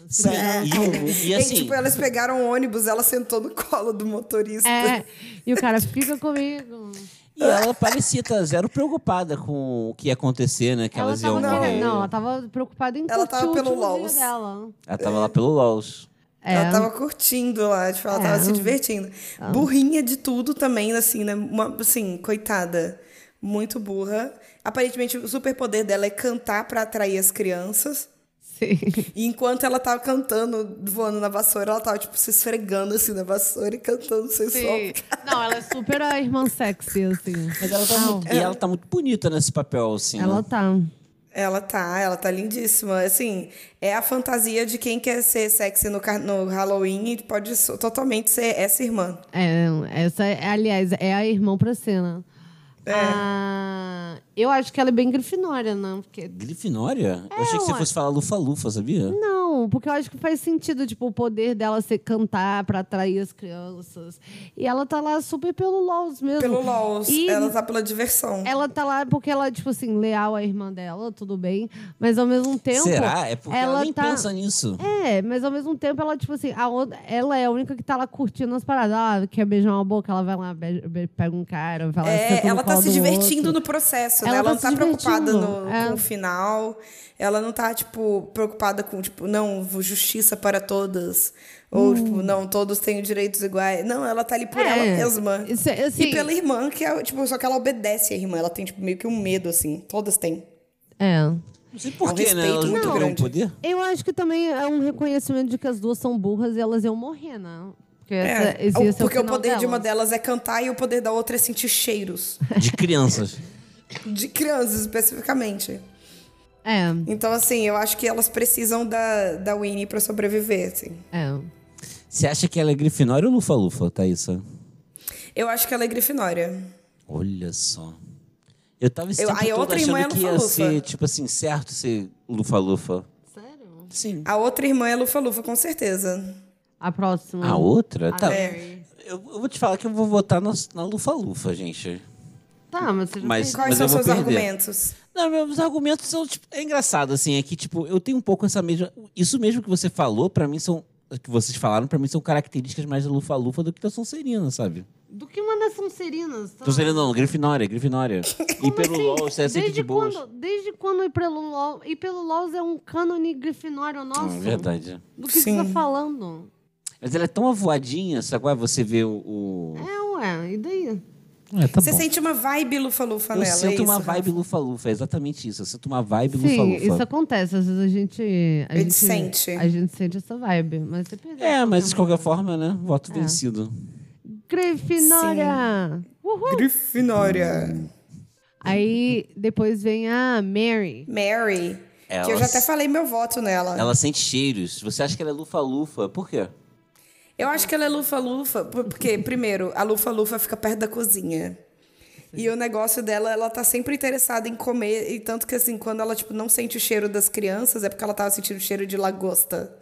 A: se
C: Sim,
A: beijando.
C: e, e assim.
B: É. E, tipo, elas pegaram o ônibus, ela sentou no colo do motorista.
A: É, e o cara fica comigo.
C: E ela parecia estar zero preocupada com o que ia acontecer, né? Que
A: ela
C: elas
A: tava
C: iam morrer.
A: querendo- Não, ela tava preocupada em
B: Ela
A: curtir
B: tava
A: o
B: pelo
A: último dia
B: Lols.
A: dela.
C: Ela tava lá pelo LOLs.
A: É,
B: Ela tava curtindo lá, tipo, ela
A: É.
B: tava se divertindo. Burrinha de tudo também, assim, né? Uma, assim, coitada. Muito burra. Aparentemente, o superpoder dela é cantar pra atrair as crianças.
A: sim.
B: E enquanto ela tava cantando, voando na vassoura, ela tava, tipo, se esfregando, assim, na vassoura e cantando sensual.
A: Sim. Não, ela é super a irmã sexy, assim.
C: Mas ela tá
A: Não,
C: muito, e ela tá muito bonita nesse papel, assim.
A: Ela
C: né?
A: tá.
B: Ela tá, ela tá lindíssima. Assim, é a fantasia de quem quer ser sexy no, car- no Halloween e pode so- totalmente ser essa irmã.
A: É, essa, é, aliás, é a irmã pra cena.
B: É.
A: Ah, eu acho que ela é bem grifinória, né? Porque...
C: Grifinória? eu achei que você
A: ué.
C: fosse falar lufa-lufa, sabia?
A: Não, porque eu acho que faz sentido, tipo, o poder dela ser cantar pra atrair as crianças. E ela tá lá super pelo LOLs mesmo.
B: Pelo LOLs,
A: E
B: ela tá pela diversão.
A: Ela tá lá porque ela é, tipo assim, leal à irmã dela, tudo bem. Mas ao mesmo tempo.
C: Será? É porque ela, nem
A: tá...
C: pensa nisso.
A: É, mas ao mesmo tempo ela, tipo assim, a outra- ela é a única que tá lá curtindo as paradas. Ela quer beijar uma boca, ela vai lá, beija- be- pega um cara, vai lá,
B: É,
A: senta no
B: ela tá
A: colo
B: se
A: do
B: divertindo
A: outro.
B: no processo,
A: Ela
B: né? Ela
A: tá
B: não tá
A: se
B: preocupada
A: divertindo,
B: no,
A: é.
B: com o final. Ela não tá, tipo, preocupada com, tipo, não, justiça para todas. Ou, tipo, não, todos têm direitos iguais. Não, ela tá ali por
A: Hum. É,
B: ela mesma.
A: isso é- assim-
B: E pela irmã, que é, tipo, só que ela obedece a irmã. Ela tem, tipo, meio que um medo, assim. Todas têm.
A: É.
C: Não sei
B: É um
C: porquê, né?
B: respeito
C: Elas não
B: muito
C: tiveram
B: grande.
C: poder.
A: Eu acho que também é um reconhecimento de que as duas são burras e elas iam morrer, né? Porque, essa,
B: É,
A: esse
B: o-
A: ia ser
B: porque o
A: final
B: poder de uma
A: delas.
B: delas é cantar e o poder da outra é sentir cheiros.
C: De crianças.
B: De crianças, especificamente.
A: É,
B: Então, assim, eu acho que elas precisam da, da Winnie pra sobreviver, assim.
A: é.
C: Você acha que ela é grifinória ou lufa-lufa, Thaísa?
B: Eu acho que ela é grifinória.
C: Olha só. Eu tava esse
B: Eu-
C: tempo
B: aí a
C: todo
B: outra
C: achando
B: irmã é
C: que ia
B: lufa-lufa.
C: ser, tipo assim, certo ser lufa-lufa.
A: Sério?
C: Sim.
B: A outra irmã é Lufa-Lufa, com certeza.
A: A próxima.
C: A outra? Tá.
B: Mary.
C: Eu, eu vou te falar que eu vou votar na, na lufa-lufa, gente.
A: Tá, mas você já
C: Mas-
A: fez.
B: Quais são
C: eu vou
B: seus
C: perder. Tá
B: argumentos?
C: Não, meus argumentos são, tipo, é engraçado, assim, é que, tipo, eu tenho um pouco essa mesma... Isso mesmo que você falou, pra mim, são... Que vocês falaram, pra mim, são características mais da lufa-lufa do que da Sonserina, sabe?
A: Do que uma das Sonserinas? Tá?
C: Sonserina não, Grifinória, Grifinória. E pelo
B: assim?
C: LOL, isso é sempre de
A: Desde
C: boas.
A: quando, desde quando ir pelo LOL, ir pelo LOL é um cânone grifinório nosso?
C: Hum, verdade.
A: Do que
B: Sim.
A: você tá falando?
C: Mas ela é tão avoadinha, sabe? qual é? Você vê o... o...
A: É, ué, e daí?
C: É, tá
B: Você
C: bom.
B: sente uma vibe Lufa-Lufa
C: Eu
B: nela, é
C: sinto
B: isso,
C: uma
B: Rafa? é
C: vibe lufa-lufa, é exatamente isso. Eu sinto uma vibe
A: Sim,
C: lufa-lufa.
A: isso acontece. Às vezes a gente. A,
B: A gente
A: gente
B: sente.
A: A gente sente essa vibe. Mas você perdeu.
C: É, mas de
A: Então,
C: qualquer forma, né?
B: É.
C: Voto vencido.
A: Grifinória! Uhul!
B: Grifinória.
C: Hum.
A: Aí depois vem a Mary.
B: Mary. Que eu já
C: Elas-
B: até falei meu voto nela.
C: Ela sente cheiros. Você acha que ela é lufa-lufa? Por quê?
B: Eu acho que ela é lufa-lufa, por- porque, primeiro, a lufa-lufa fica perto da cozinha. E o negócio dela, ela tá sempre interessada em comer. E tanto que, assim, quando ela, tipo, não sente o cheiro das crianças, é porque ela tava sentindo o cheiro de lagosta.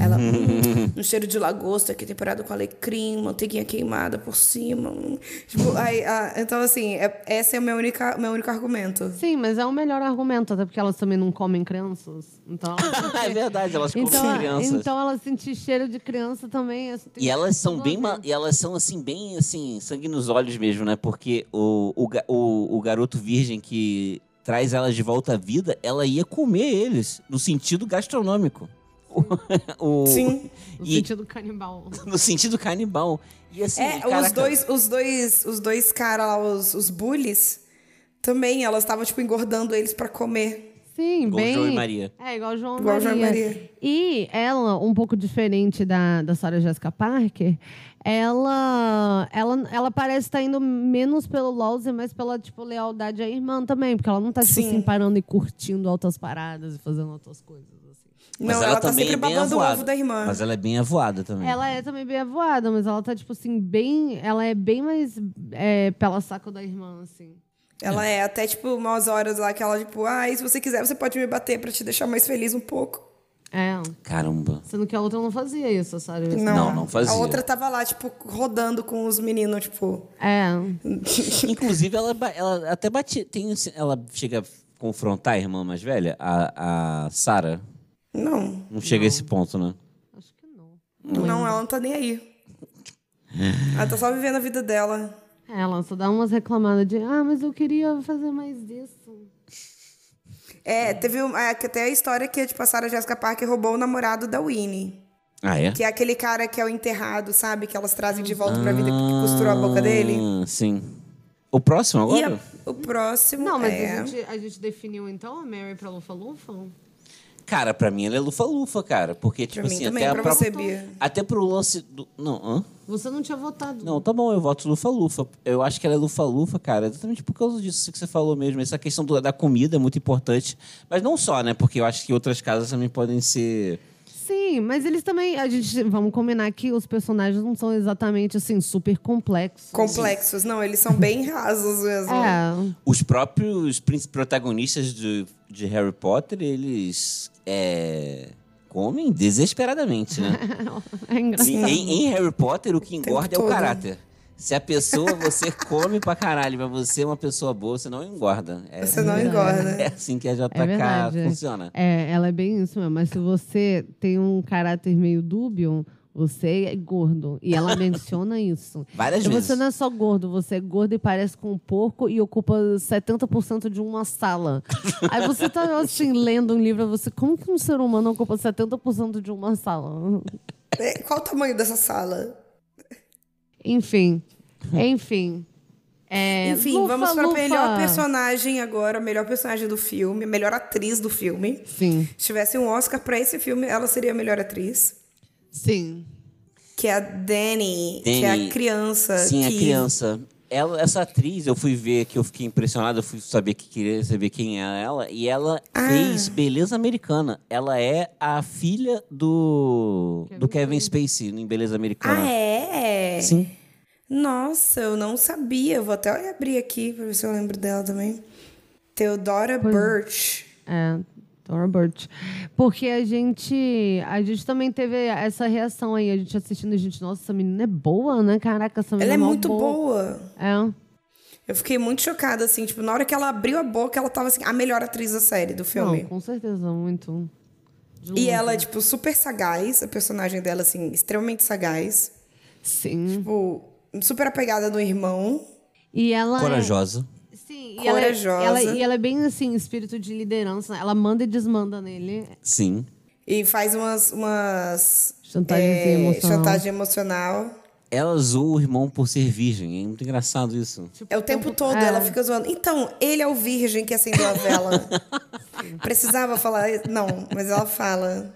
B: ela, hum, um cheiro de lagosta aqui temperado com alecrim, manteiguinha queimada por cima. hum. Tipo, aí, a- então, assim, é- esse é o meu, única, meu único argumento.
A: Sim, mas é o melhor argumento, até porque elas também não comem crianças. Então elas
C: é verdade, elas comem
A: então,
C: crianças.
A: então ela sentir cheiro de criança também. isso tem
C: E elas são
A: tudo a
C: bem.
A: ver.
C: ma- E elas são assim, bem assim, sangue nos olhos mesmo, né? Porque o, o, ga- o, o garoto virgem que traz elas de volta à vida, ela ia comer eles, no sentido gastronômico. O-
B: Sim.
A: No
C: E-
A: sentido canibal.
C: no sentido canibal. E assim,
B: É, os
C: caraca,
B: dois, os dois, os dois caras lá, os, os bullies, também, elas estavam, tipo, engordando eles pra comer.
A: Sim,
C: Igual
A: bem.
C: João e Maria.
A: É, igual João
B: Igual
A: Maria.
B: João e Maria.
A: E ela, um pouco diferente da, da Sarah Jessica Parker, ela, ela, ela parece estar indo menos pelo Louse, mas pela, tipo, lealdade à irmã também. Porque ela não tá, tipo,
B: Sim.
A: assim, parando e curtindo altas paradas e fazendo outras coisas, assim.
B: Não, ela, tá
C: é
B: sempre babando o ovo da irmã.
C: Mas ela é bem avoada
B: Uhum.
C: também.
A: Ela é também bem avoada, mas ela tá, tipo assim, bem... Ela é bem mais é, pela saco da irmã, assim.
B: Ela é até, tipo, umas horas lá que ela, tipo, ah, e se você quiser, você pode me bater pra te deixar mais feliz um pouco.
A: É,
C: Caramba.
A: sendo que a outra não fazia isso, a Sarah Jessica
B: Não,
C: Não, não fazia.
B: A outra tava lá, tipo, rodando com os meninos, tipo.
A: É,
C: Inclusive, ela, ba- ela até bate. Tem, um ela chega a confrontar a irmã mais velha, a, a Sarah.
B: Não.
C: Não chega a esse ponto, né?
A: acho que não.
B: Não, ela não tá nem aí. Ela tá só vivendo a vida dela.
A: Ela só É, dá umas reclamadas de, ah, mas eu queria fazer mais disso.
B: É, teve um, é, que até a história que tipo, a Sarah Jessica Parker roubou o namorado da Winnie.
C: Ah, é?
B: Que é aquele cara que é o enterrado, sabe? Que elas trazem de volta pra vida que costurou a boca dele.
C: Ah, Sim. O próximo
B: E
C: agora?
B: a- o próximo
A: Não, mas
B: é...
A: a, gente, a gente definiu então a Mary pra Lufa-Lufa?
C: Cara, pra mim ela é lufa-lufa, cara. Porque, tipo
B: Pra mim
C: assim,
B: também,
C: até a
B: pra
C: própria.
B: você, Bia.
C: Até pro lance do. Não, hã?
A: Você não tinha votado.
C: Não, tá bom, eu voto Lufa-Lufa. Eu acho que ela é Lufa-Lufa, cara, exatamente por causa disso que você falou mesmo. Essa questão do- da comida é muito importante. Mas não só, né? Porque eu acho que outras casas também podem ser.
A: Sim, mas eles também. A gente. Vamos combinar que os personagens não são exatamente assim, super complexos.
B: Complexos. Não, eles são bem rasos mesmo.
A: É.
C: Os próprios princ- protagonistas de, de Harry Potter, eles. É, comem desesperadamente, né?
A: É
C: E
A: engraçado.
C: em, em Harry Potter, o que
B: tempo
C: engorda é o
B: todo. né?
C: caráter. Se a pessoa, você come pra caralho, mas você é uma pessoa boa, você não engorda. É,
B: Você não engorda.
C: É assim que a JK
A: É verdade.
C: funciona.
A: É, ela é bem isso mesmo. Mas se você tem um caráter meio dúbio, você é gordo. E ela menciona isso.
C: Várias vezes.
A: Você não é só gordo, você é gordo e parece com um porco e ocupa 70% de uma sala. Aí você tá assim, lendo um livro, você, como que um ser humano ocupa 70% de uma sala?
B: É, Qual o tamanho dessa sala?
A: Enfim. Enfim. É,
B: Enfim,
A: lufa,
B: vamos para a
A: lufa.
B: melhor personagem agora, a melhor personagem do filme, a melhor atriz do filme.
A: Sim.
B: Se tivesse um Oscar para esse filme, ela seria a melhor atriz.
A: Sim.
B: Que é a Dani, que é
C: Dani.
B: a criança.
C: Sim, a
B: que-
C: criança. Ela, essa atriz, eu fui ver que eu fiquei impressionado, eu fui saber que queria saber quem é ela. E ela
B: Ah.
C: fez Beleza Americana. Ela é a filha do do Kevin Spacey em Beleza
B: Ah,
C: Americana.
B: é?
C: Sim.
B: Nossa, eu não sabia. Eu vou até abrir aqui para ver se eu lembro dela também. Theodora Birch.
A: É, Dora Birch. Porque a gente, a gente também teve essa reação aí, a gente assistindo, a gente, nossa, essa menina é boa, né? Caraca, essa menina
B: Ela é
A: mó
B: muito boa.
A: É.
B: Eu fiquei muito chocada, assim. Tipo, na hora que ela abriu a boca, ela tava assim, a melhor atriz da série, do filme.
A: Não, com certeza, muito. De
B: E
A: longe.
B: ela, tipo, super sagaz. A personagem dela, assim, extremamente sagaz.
A: Sim.
B: Tipo, super apegada no irmão.
A: E ela. é-
C: Corajosa.
A: Sim, e ela, é-
B: Corajosa.
A: ela- e ela é bem assim, espírito de liderança. Ela manda e desmanda nele.
C: Sim.
B: E faz umas. umas é,
A: Chantagem emocional.
B: Chantagem emocional.
C: Ela zoou o irmão por ser virgem. É muito engraçado isso.
A: Tipo,
B: É o tempo todo
A: é.
B: ela fica zoando. Então, ele é o virgem que acendeu a vela. Precisava falar. isso? Não, mas ela fala.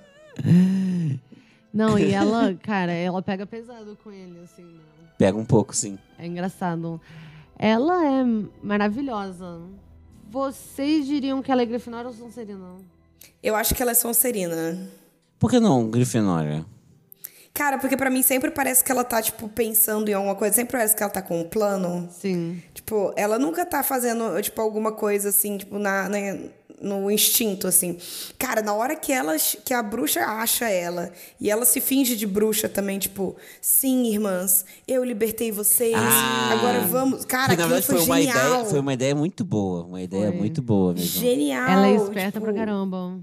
A: Não, e ela, cara, ela pega pesado com ele, assim, né?
C: Pega um pouco, sim.
A: É engraçado. Ela é maravilhosa. Vocês diriam que ela é Grifinória ou Sonserina?
B: Eu acho que ela é Sonserina.
C: Por que não, Grifinória?
B: Cara, porque pra mim sempre parece que ela tá, tipo, pensando em alguma coisa. Sempre parece que ela tá com um plano.
A: Sim.
B: Tipo, ela nunca tá fazendo, tipo, alguma coisa assim, tipo, na, na- no instinto, assim. Cara, na hora que ela, que a bruxa acha ela, e ela se finge de bruxa também, tipo, sim, irmãs, eu libertei vocês,
C: Ah.
B: agora vamos. Cara,
C: que, na
B: aquilo
C: verdade
B: foi,
C: uma
B: genial.
C: ideia, foi uma ideia muito boa, uma ideia
A: Foi.
C: muito boa mesmo.
B: Genial.
A: ela é esperta
B: tipo,
A: pra caramba.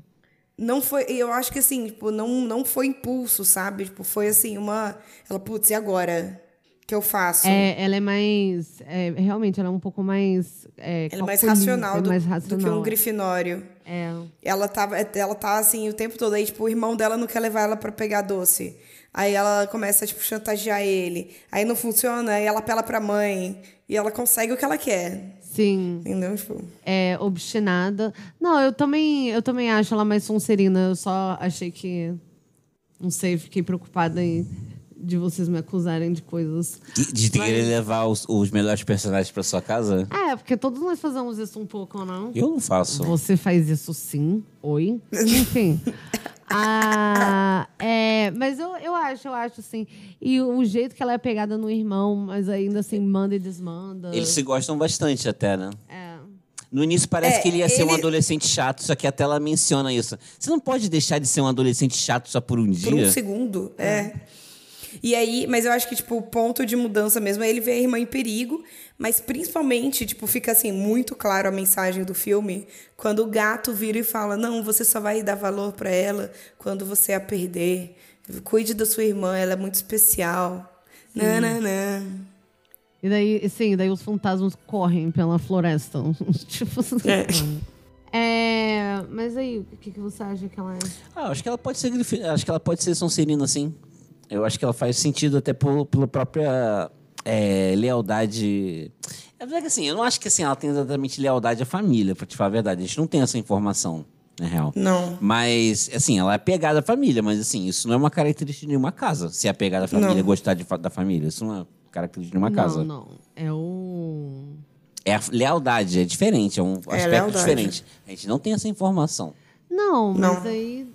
B: Não foi, eu acho que assim, tipo, não, não foi impulso, sabe? Tipo, foi assim, uma. Ela, putz, e agora? que eu faço.
A: É, ela é mais. é, realmente, ela é um pouco mais. É,
B: Ela é mais
A: calculista,
B: racional,
A: é
B: do,
A: mais
B: do
A: racional.
B: que um grifinório.
A: É.
B: Ela tava, ela tá assim o tempo todo aí, tipo, o irmão dela não quer levar ela pra pegar doce. Aí ela começa tipo chantagear ele. Aí não funciona, aí ela apela pra mãe e ela consegue o que ela quer.
A: Sim.
B: Entendeu? Tipo,
A: é, obstinada. Não, eu também, eu também acho ela mais sonserina. Eu só achei que. Não sei, fiquei preocupada em, de vocês me acusarem de coisas.
C: De, de ter que levar os, os melhores personagens pra sua casa?
A: É, porque todos nós fazemos isso um pouco, não?
C: Eu não faço.
A: Você faz isso sim. Oi. Enfim. Ah, é, mas eu, eu acho, eu acho assim. E o jeito que ela é pegada no irmão, mas ainda assim, manda e desmanda.
C: Eles se gostam bastante até, né?
A: É.
C: No início parece
B: É,
C: que ele ia ser um
B: ele-
C: adolescente chato, só que até ela menciona isso. Você não pode deixar de ser um adolescente chato só por um dia.
B: por um segundo, é. E aí, mas eu acho que tipo o ponto de mudança mesmo é ele ver a irmã em perigo, mas principalmente, tipo, fica assim muito claro a mensagem do filme quando o gato vira e fala: "Não, você só vai dar valor pra ela quando você a perder. Cuide da sua irmã, ela é muito especial." Nananã.
A: E daí, sim, daí os fantasmas correm pela floresta. tipo assim. É. Mas aí, o que, que você acha que ela é?
C: Ah, eu acho que ela pode ser grifi- acho que ela pode ser Sonserina, sim. Eu acho que ela faz sentido até por, pela própria é, lealdade. É verdade que assim, eu não acho que assim, ela tem exatamente lealdade à família, pra te falar a verdade. A gente não tem essa informação, na real.
B: Não.
C: Mas, assim, ela é apegada à família, mas assim, isso não é uma característica de nenhuma casa. Ser apegada à família,
B: Não.
C: gostar de fa- da família. Isso não é característica de nenhuma
A: não,
C: casa.
A: não. É o.
C: É a lealdade, é diferente, é um aspecto
B: lealdade.
C: diferente. A gente não tem essa informação.
A: Não, mas
B: Não.
A: aí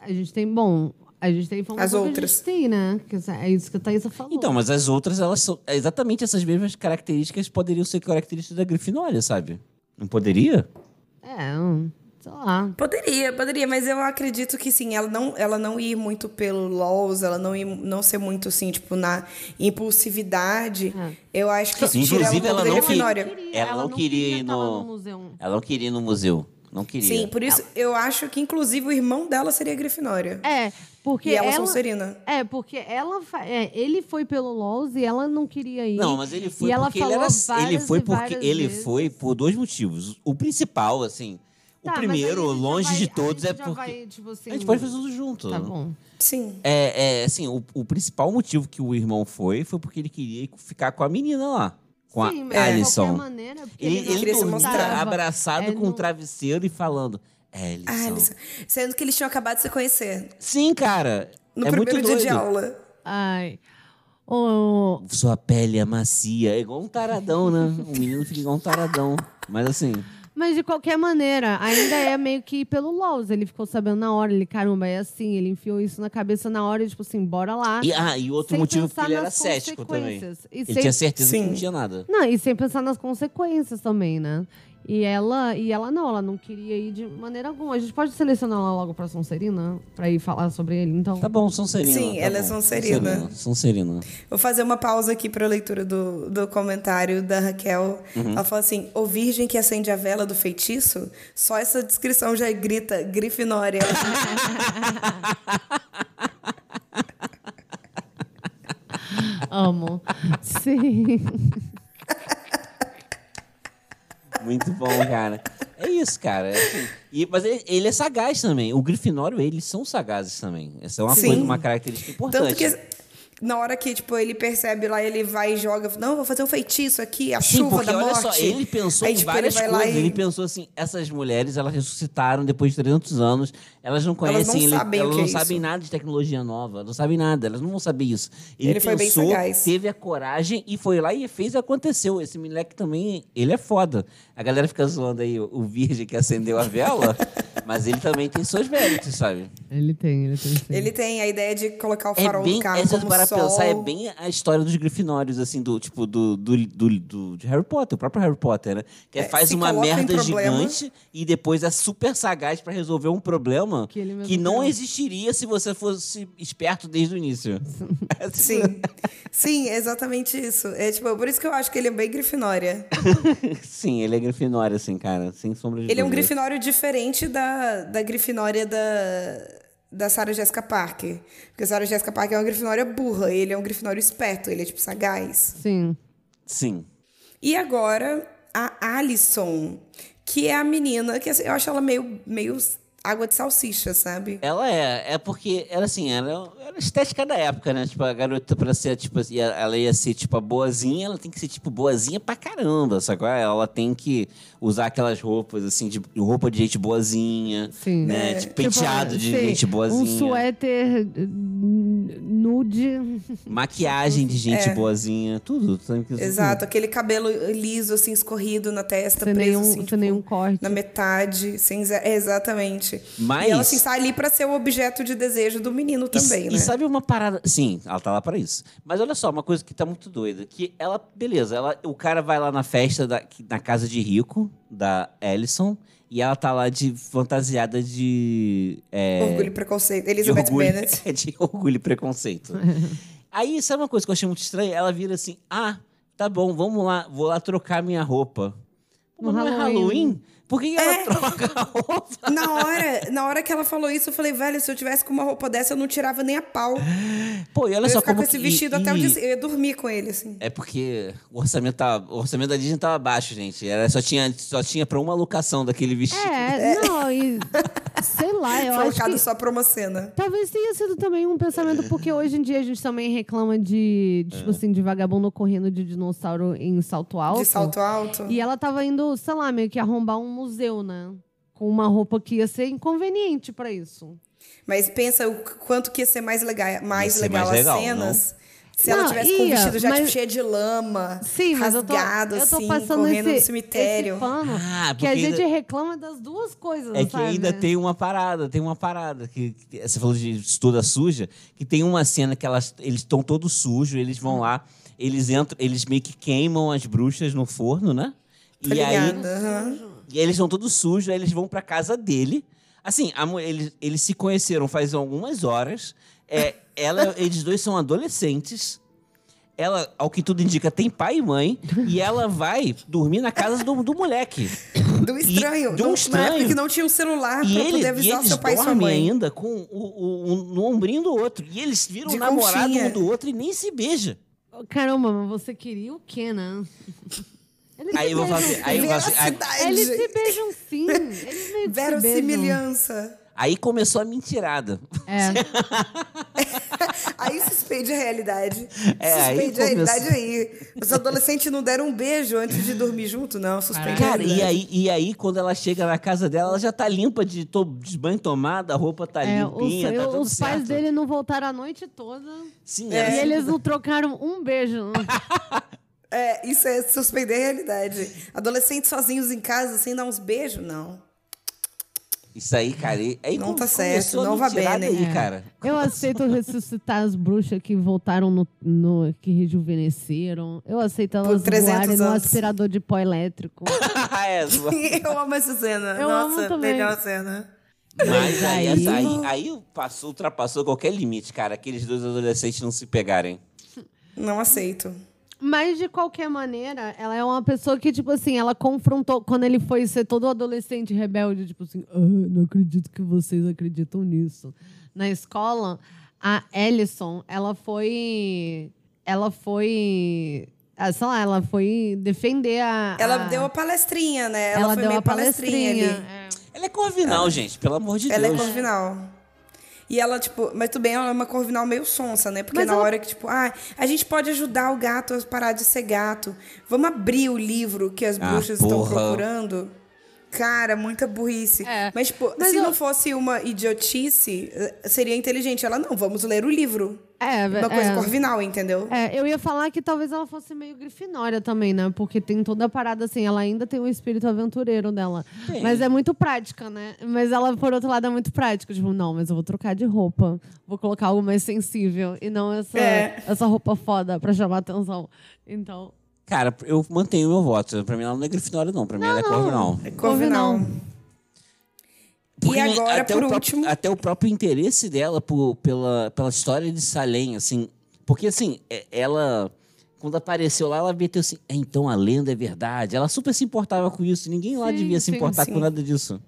A: a gente tem. Bom, a gente tem informação
B: As outras.
A: que a gente tem, né? Que essa- é isso que a Thaisa falou.
C: Então, mas as outras, elas são é exatamente essas mesmas características poderiam ser características da Grifinória, sabe? Não poderia?
A: É, hum, sei lá.
B: Poderia, poderia, mas eu acredito que sim, ela não, ela não ir muito pelo LOLs, ela não ir, não ser muito assim, tipo, na impulsividade.
A: Ah.
B: Eu acho que isso tira um
C: Inclusive,
B: pouco
C: ela
B: da
C: não que-
B: Grifinória.
C: Ela não queria ir
A: estar lá
C: no-
A: museu.
C: Ela não queria ir no museu. Não queria.
B: Sim, por isso eu acho que inclusive o irmão dela seria Grifinória.
A: É, porque
B: e ela,
A: ela.
B: Sonserina.
A: é, porque ela. fa- é, ele foi pelo Laws e ela não queria ir.
C: Não, mas ele foi
A: E ela
C: porque ele
A: falou
C: era. Ele
A: várias
C: foi
A: e
C: porque
A: várias
C: ele
A: vezes.
C: foi por dois motivos. O principal, assim,
A: Tá,
C: o
A: mas aí
C: primeiro,
A: a gente já
C: longe
A: vai-
C: de todos,
A: a
C: é
A: gente já
C: porque
A: vai, tipo assim,
C: a gente pode fazer um tudo junto.
A: Tá bom.
B: Sim.
C: É, é, assim, o, o principal motivo que o irmão foi foi porque ele queria ficar com a menina lá, com
A: Sim, mas
C: a
A: De
C: Alison.
A: qualquer maneira, porque
C: Ele,
A: não
C: ele,
B: queria se
C: dormia
B: mostrar.
C: abraçado
A: É,
C: com
A: não-
C: um travesseiro e falando, Alison.
B: Ah, eles- sendo que eles tinham acabado de se conhecer
C: Sim, cara.
B: no
C: é
B: primeiro
C: muito
B: dia
C: doido.
B: de aula.
A: Ai. Ô,
C: Sua pele é macia. É igual um taradão, né? O menino fica igual um taradão. Mas assim,
A: mas de qualquer maneira, ainda é meio que pelo Laws. Ele ficou sabendo na hora, ele, caramba, é assim. Ele enfiou isso na cabeça na hora, e, tipo assim, bora lá.
C: E, ah, e outro
A: Sem
C: motivo porque
A: pensar
C: ele era
A: nas
C: cético também. Ele
A: consequências. E sem-
C: tinha certeza que
B: Sim.
C: não tinha nada.
A: Não, e sem pensar nas consequências também, né? E ela, e ela não, ela não queria ir de maneira alguma. A gente pode selecionar ela logo pra Sonserina, pra ir falar sobre ele, então.
C: Tá bom, Sonserina.
B: Sim,
C: tá
B: ela é
C: bom.
B: Sonserina.
C: Sonserina. Sonserina.
B: Vou fazer uma pausa aqui para a leitura do, do comentário da Raquel.
C: Uhum.
B: Ela fala assim: "O virgem que acende a vela do feitiço". Só essa descrição já é grita Grifinória.
C: É
A: Amo. Sim.
C: Muito bom, cara. É isso, cara. É assim. E, mas ele, ele é sagaz também. O Grifinório, eles são sagazes também. Essa é uma
B: Sim.
C: coisa, uma característica importante.
B: Tanto que na hora que tipo ele percebe lá, ele vai e joga, não, vou fazer um feitiço aqui, a
C: Sim,
B: chuva
C: porque
B: da
C: olha
B: morte.
C: só, ele pensou
B: Aí,
C: em
B: tipo,
C: várias
B: ele vai lá
C: coisas.
B: e-
C: Ele pensou assim: essas mulheres, elas ressuscitaram depois de 300 anos, elas não
B: Elas não
C: conhecem, ele-
B: sabem o
C: elas
B: que é
C: não sabem
B: isso.
C: nada de tecnologia nova, não sabem nada, elas não vão saber isso. Ele,
B: Ele foi bem
C: pensou,
B: sagaz.
C: teve a coragem e foi lá e fez e aconteceu. Esse moleque também, ele é foda. A galera fica zoando aí o o virgem que acendeu a vela, mas ele também tem seus méritos, sabe?
A: Ele tem, ele tem. sim.
B: Ele tem a ideia de colocar o
C: É
B: farol
C: bem,
B: do carro
C: essas
B: como
C: para
B: sol.
C: pensar, é bem a história dos grifinórios, assim, do tipo, do, do, do, do- de Harry Potter, o próprio Harry Potter, né? Que
B: É,
C: faz
B: se
C: uma
B: coloca em
C: merda
B: problema.
C: gigante e depois é super sagaz pra resolver um problema
A: Que ele mesmo
C: que não
A: criou.
C: existiria se você fosse esperto desde o início. É, tipo,
B: Sim. Sim, é exatamente isso. É tipo, por isso que eu acho que ele é bem grifinória.
C: Sim, ele é grifinório,
A: Uhum.
C: assim, cara, sem sombra de
B: Ele é um
C: dúvida.
B: grifinório diferente da, da grifinória da, da Sarah Jessica Parker. Porque a Sarah Jessica Parker é uma grifinória burra, ele é um grifinório esperto, ele é tipo sagaz.
A: Sim.
C: Sim.
B: E agora, a Alison, que é a menina que assim, eu acho ela meio, meio água de salsicha,
A: Uhum.
B: sabe?
C: Ela é, é porque era assim, era, era a estética da época, né? Tipo, a garota pra ser, tipo, assim, ela ia ser, tipo, a boazinha, ela tem que ser, tipo, boazinha pra caramba, sacou? Ah, Ela tem que usar aquelas roupas, assim, de roupa de gente boazinha,
A: Sim.
C: né?
B: É.
C: Tipo, penteado de
A: sei,
C: gente boazinha.
A: Um suéter eh, nude.
C: Maquiagem de gente boazinha, tudo. tem que-
B: É. Exato, aquele cabelo liso, assim, escorrido na testa,
C: Tá
A: Sem
B: preso,
A: nenhum,
B: assim,
A: sem
B: tipo,
A: nenhum corte.
B: na metade, sem ze- é, exatamente.
C: Mas-
B: E ela, assim, tá ali pra ser o objeto de desejo do menino
C: E-
B: também,
C: e,
B: né?
C: sabe uma parada. Sim, ela tá lá pra isso. Mas olha só, uma coisa que tá muito doida. Que ela, beleza, ela, o cara vai lá na festa da, na casa de rico, da Ellison, e ela tá lá de fantasiada de. é,
B: Orgulho e preconceito.
C: de
B: Elizabeth
C: orgulho,
B: Bennet.
C: é, de orgulho e preconceito. Aí, sabe uma coisa que eu achei muito estranha? Ela vira assim: ah, tá bom, vamos lá, vou lá trocar minha roupa. Mas
A: No
C: não é
A: Halloween.
C: Halloween? Por que que ela
B: É.
C: troca a roupa?
B: Na hora, na hora que ela falou isso, eu falei, velho, se eu tivesse com uma roupa dessa, eu não tirava nem a pau.
C: Pô, e olha
B: eu
C: só
B: ia ficar
C: como
B: com esse
C: que-
B: vestido até o
C: e-
B: dia. Eu ia dormir com ele, assim.
C: É porque o orçamento, tava, o orçamento da Disney tava baixo, gente. Era, só tinha, só tinha pra uma locação daquele vestido.
A: É, não, e sei lá, eu acho
B: Colocado
A: que
B: só pra uma cena.
A: talvez tenha sido também um pensamento, porque hoje em dia a gente também reclama de,
C: É.
A: tipo assim, de vagabundo correndo de dinossauro em salto alto.
B: De salto alto.
A: E ela tava indo, sei lá, meio que arrombar um museu, né? Com uma roupa que ia ser inconveniente pra isso.
B: Mas pensa o qu- quanto que ia ser mais legal, mais
C: Ia ser
B: legal
C: mais legal,
B: as cenas. Se
A: Não,
B: ela tivesse com um
A: ia,
B: vestido já tipo,
A: mas-
B: cheio de lama,
A: Sim, mas eu tô,
B: rasgado,
A: eu tô
B: assim,
A: passando
B: correndo
A: esse,
B: no cemitério.
A: esse pano,
C: Ah,
A: que a
C: porque
A: gente
C: ainda-
A: reclama das duas coisas,
C: É que
A: sabe?
C: ainda tem uma parada, tem uma parada. Que, que- você falou de toda suja, que tem uma cena que elas, eles estão todos sujos, eles vão lá, eles entram, eles meio que queimam as bruxas no forno, né?
B: Tá
C: e aí,
B: ligado? Aham.
C: e aí eles estão todos sujos, aí eles vão pra casa dele. Assim, a mu- eles, eles se conheceram faz algumas horas. É, ela, eles dois são adolescentes. Ela, ao que tudo indica, tem pai e mãe. E ela vai dormir na casa do, do moleque.
B: Do estranho.
C: de um
B: do- Na época
C: estranho.
B: que não tinha um celular
C: E,
B: pra
C: ele,
B: poder
C: e
B: avisar
C: eles
B: seu pai e sua
C: dormem
B: mãe.
C: ainda com o, o, um- no ombrinho do outro. E eles viram
B: De
C: namorado
B: conchinha.
C: um do outro e nem se beija.
A: Caramba, mas você queria o quê, né? Ele
C: Aí
A: se
C: eu vou falar
A: beijam
C: assim, aí eu
A: sim.
C: vou assim,
B: Veracidade.
A: Eles se beijam sim. Eles meio que se beijam.
B: Verossimilhança.
C: aí começou a mentirada.
A: É.
B: Aí suspende a realidade.
C: É, aí
B: suspende a
C: começou.
B: realidade aí. Os adolescentes não deram um beijo antes de dormir junto, não. Suspende a
C: Cara,
B: realidade.
C: e aí, e aí, quando ela chega na casa dela, ela já tá limpa de, to de banho tomada, a roupa tá
A: é, os
C: limpinha, tá tudo
A: os
C: certo.
A: pais dele não voltaram a noite toda.
C: Sim, era
A: E
C: assim.
A: eles não trocaram um beijo.
B: É, isso é suspender a realidade. Adolescentes sozinhos em casa, sem dar uns beijos, não.
C: Isso aí, cara. e- é Aí
B: Não
C: come-
B: tá certo,
C: começou a
B: não vá bem,
C: mentirada
B: né?
C: aí,
A: É.
C: cara.
A: Eu aceito ressuscitar as bruxas que voltaram no, no- que rejuvenesceram. Eu aceito elas
B: 300
A: voarem no
B: anos.
A: aspirador de pó elétrico.
C: É, zoa-
B: Eu amo essa cena.
A: Eu amo
B: Nossa,
A: também.
B: melhor cena.
C: Mas aí,
A: Aí-
C: essa- aí, aí passou, ultrapassou qualquer limite, cara. Aqueles dois adolescentes não se pegarem.
B: Não aceito.
A: Mas de qualquer maneira, ela é uma pessoa que, tipo assim, ela confrontou quando ele foi ser todo adolescente rebelde, tipo assim, "Ah, não acredito que vocês acreditam nisso. Na escola, a Ellison, ela foi. Ela foi. ah, Sei lá, ela foi defender a.
B: Ela
C: Ah.
A: a-
B: deu a palestrinha, né? Ela, foi
A: deu
B: meio
A: a palestrinha.
B: ali.
A: é.
C: Ela é corvinal, gente, pelo amor de
B: Ela é
C: Deus.
B: corvinal. E ela, tipo, mas tudo bem, ela é uma corvinal meio sonsa, né? Porque
A: Mas
B: na
A: ela-
B: hora que, tipo, ah, a gente pode ajudar o gato a parar de ser gato. Vamos abrir o livro que as
C: Ah,
B: bruxas estão
C: porra.
B: procurando. Cara, muita burrice.
A: É.
B: Mas, tipo,
A: Mas
B: se
A: eu-
B: não fosse uma idiotice, eh, seria inteligente. Ela, não, vamos ler o livro.
A: É,
B: Uma coisa
A: é.
B: corvinal, entendeu?
A: É, eu ia falar que talvez ela fosse meio grifinória também, né? Porque tem toda a parada assim, ela ainda tem o espírito aventureiro dela. Mas é muito prática, né? Mas ela, por outro lado, é muito prática. Tipo, não, mas eu vou trocar de roupa. Vou colocar algo mais sensível. E não essa,
B: É.
A: essa roupa foda pra chamar atenção. Então.
C: Cara, eu mantenho meu voto. Pra mim, ela não é grifinória, não. Pra mim, ela é corvinal.
B: É corvinal.
A: Corvinal.
B: E agora,
C: até
B: por
C: o próprio-
B: último.
C: Até o próprio interesse dela por- pela, pela história de Salem, assim. Porque, assim, é- ela. Quando apareceu lá, ela meteu assim. "É, então a lenda é verdade. Ela super se importava com isso. Ninguém lá
A: Sim,
C: devia se
A: sim,
C: importar
B: sim.
C: com nada disso.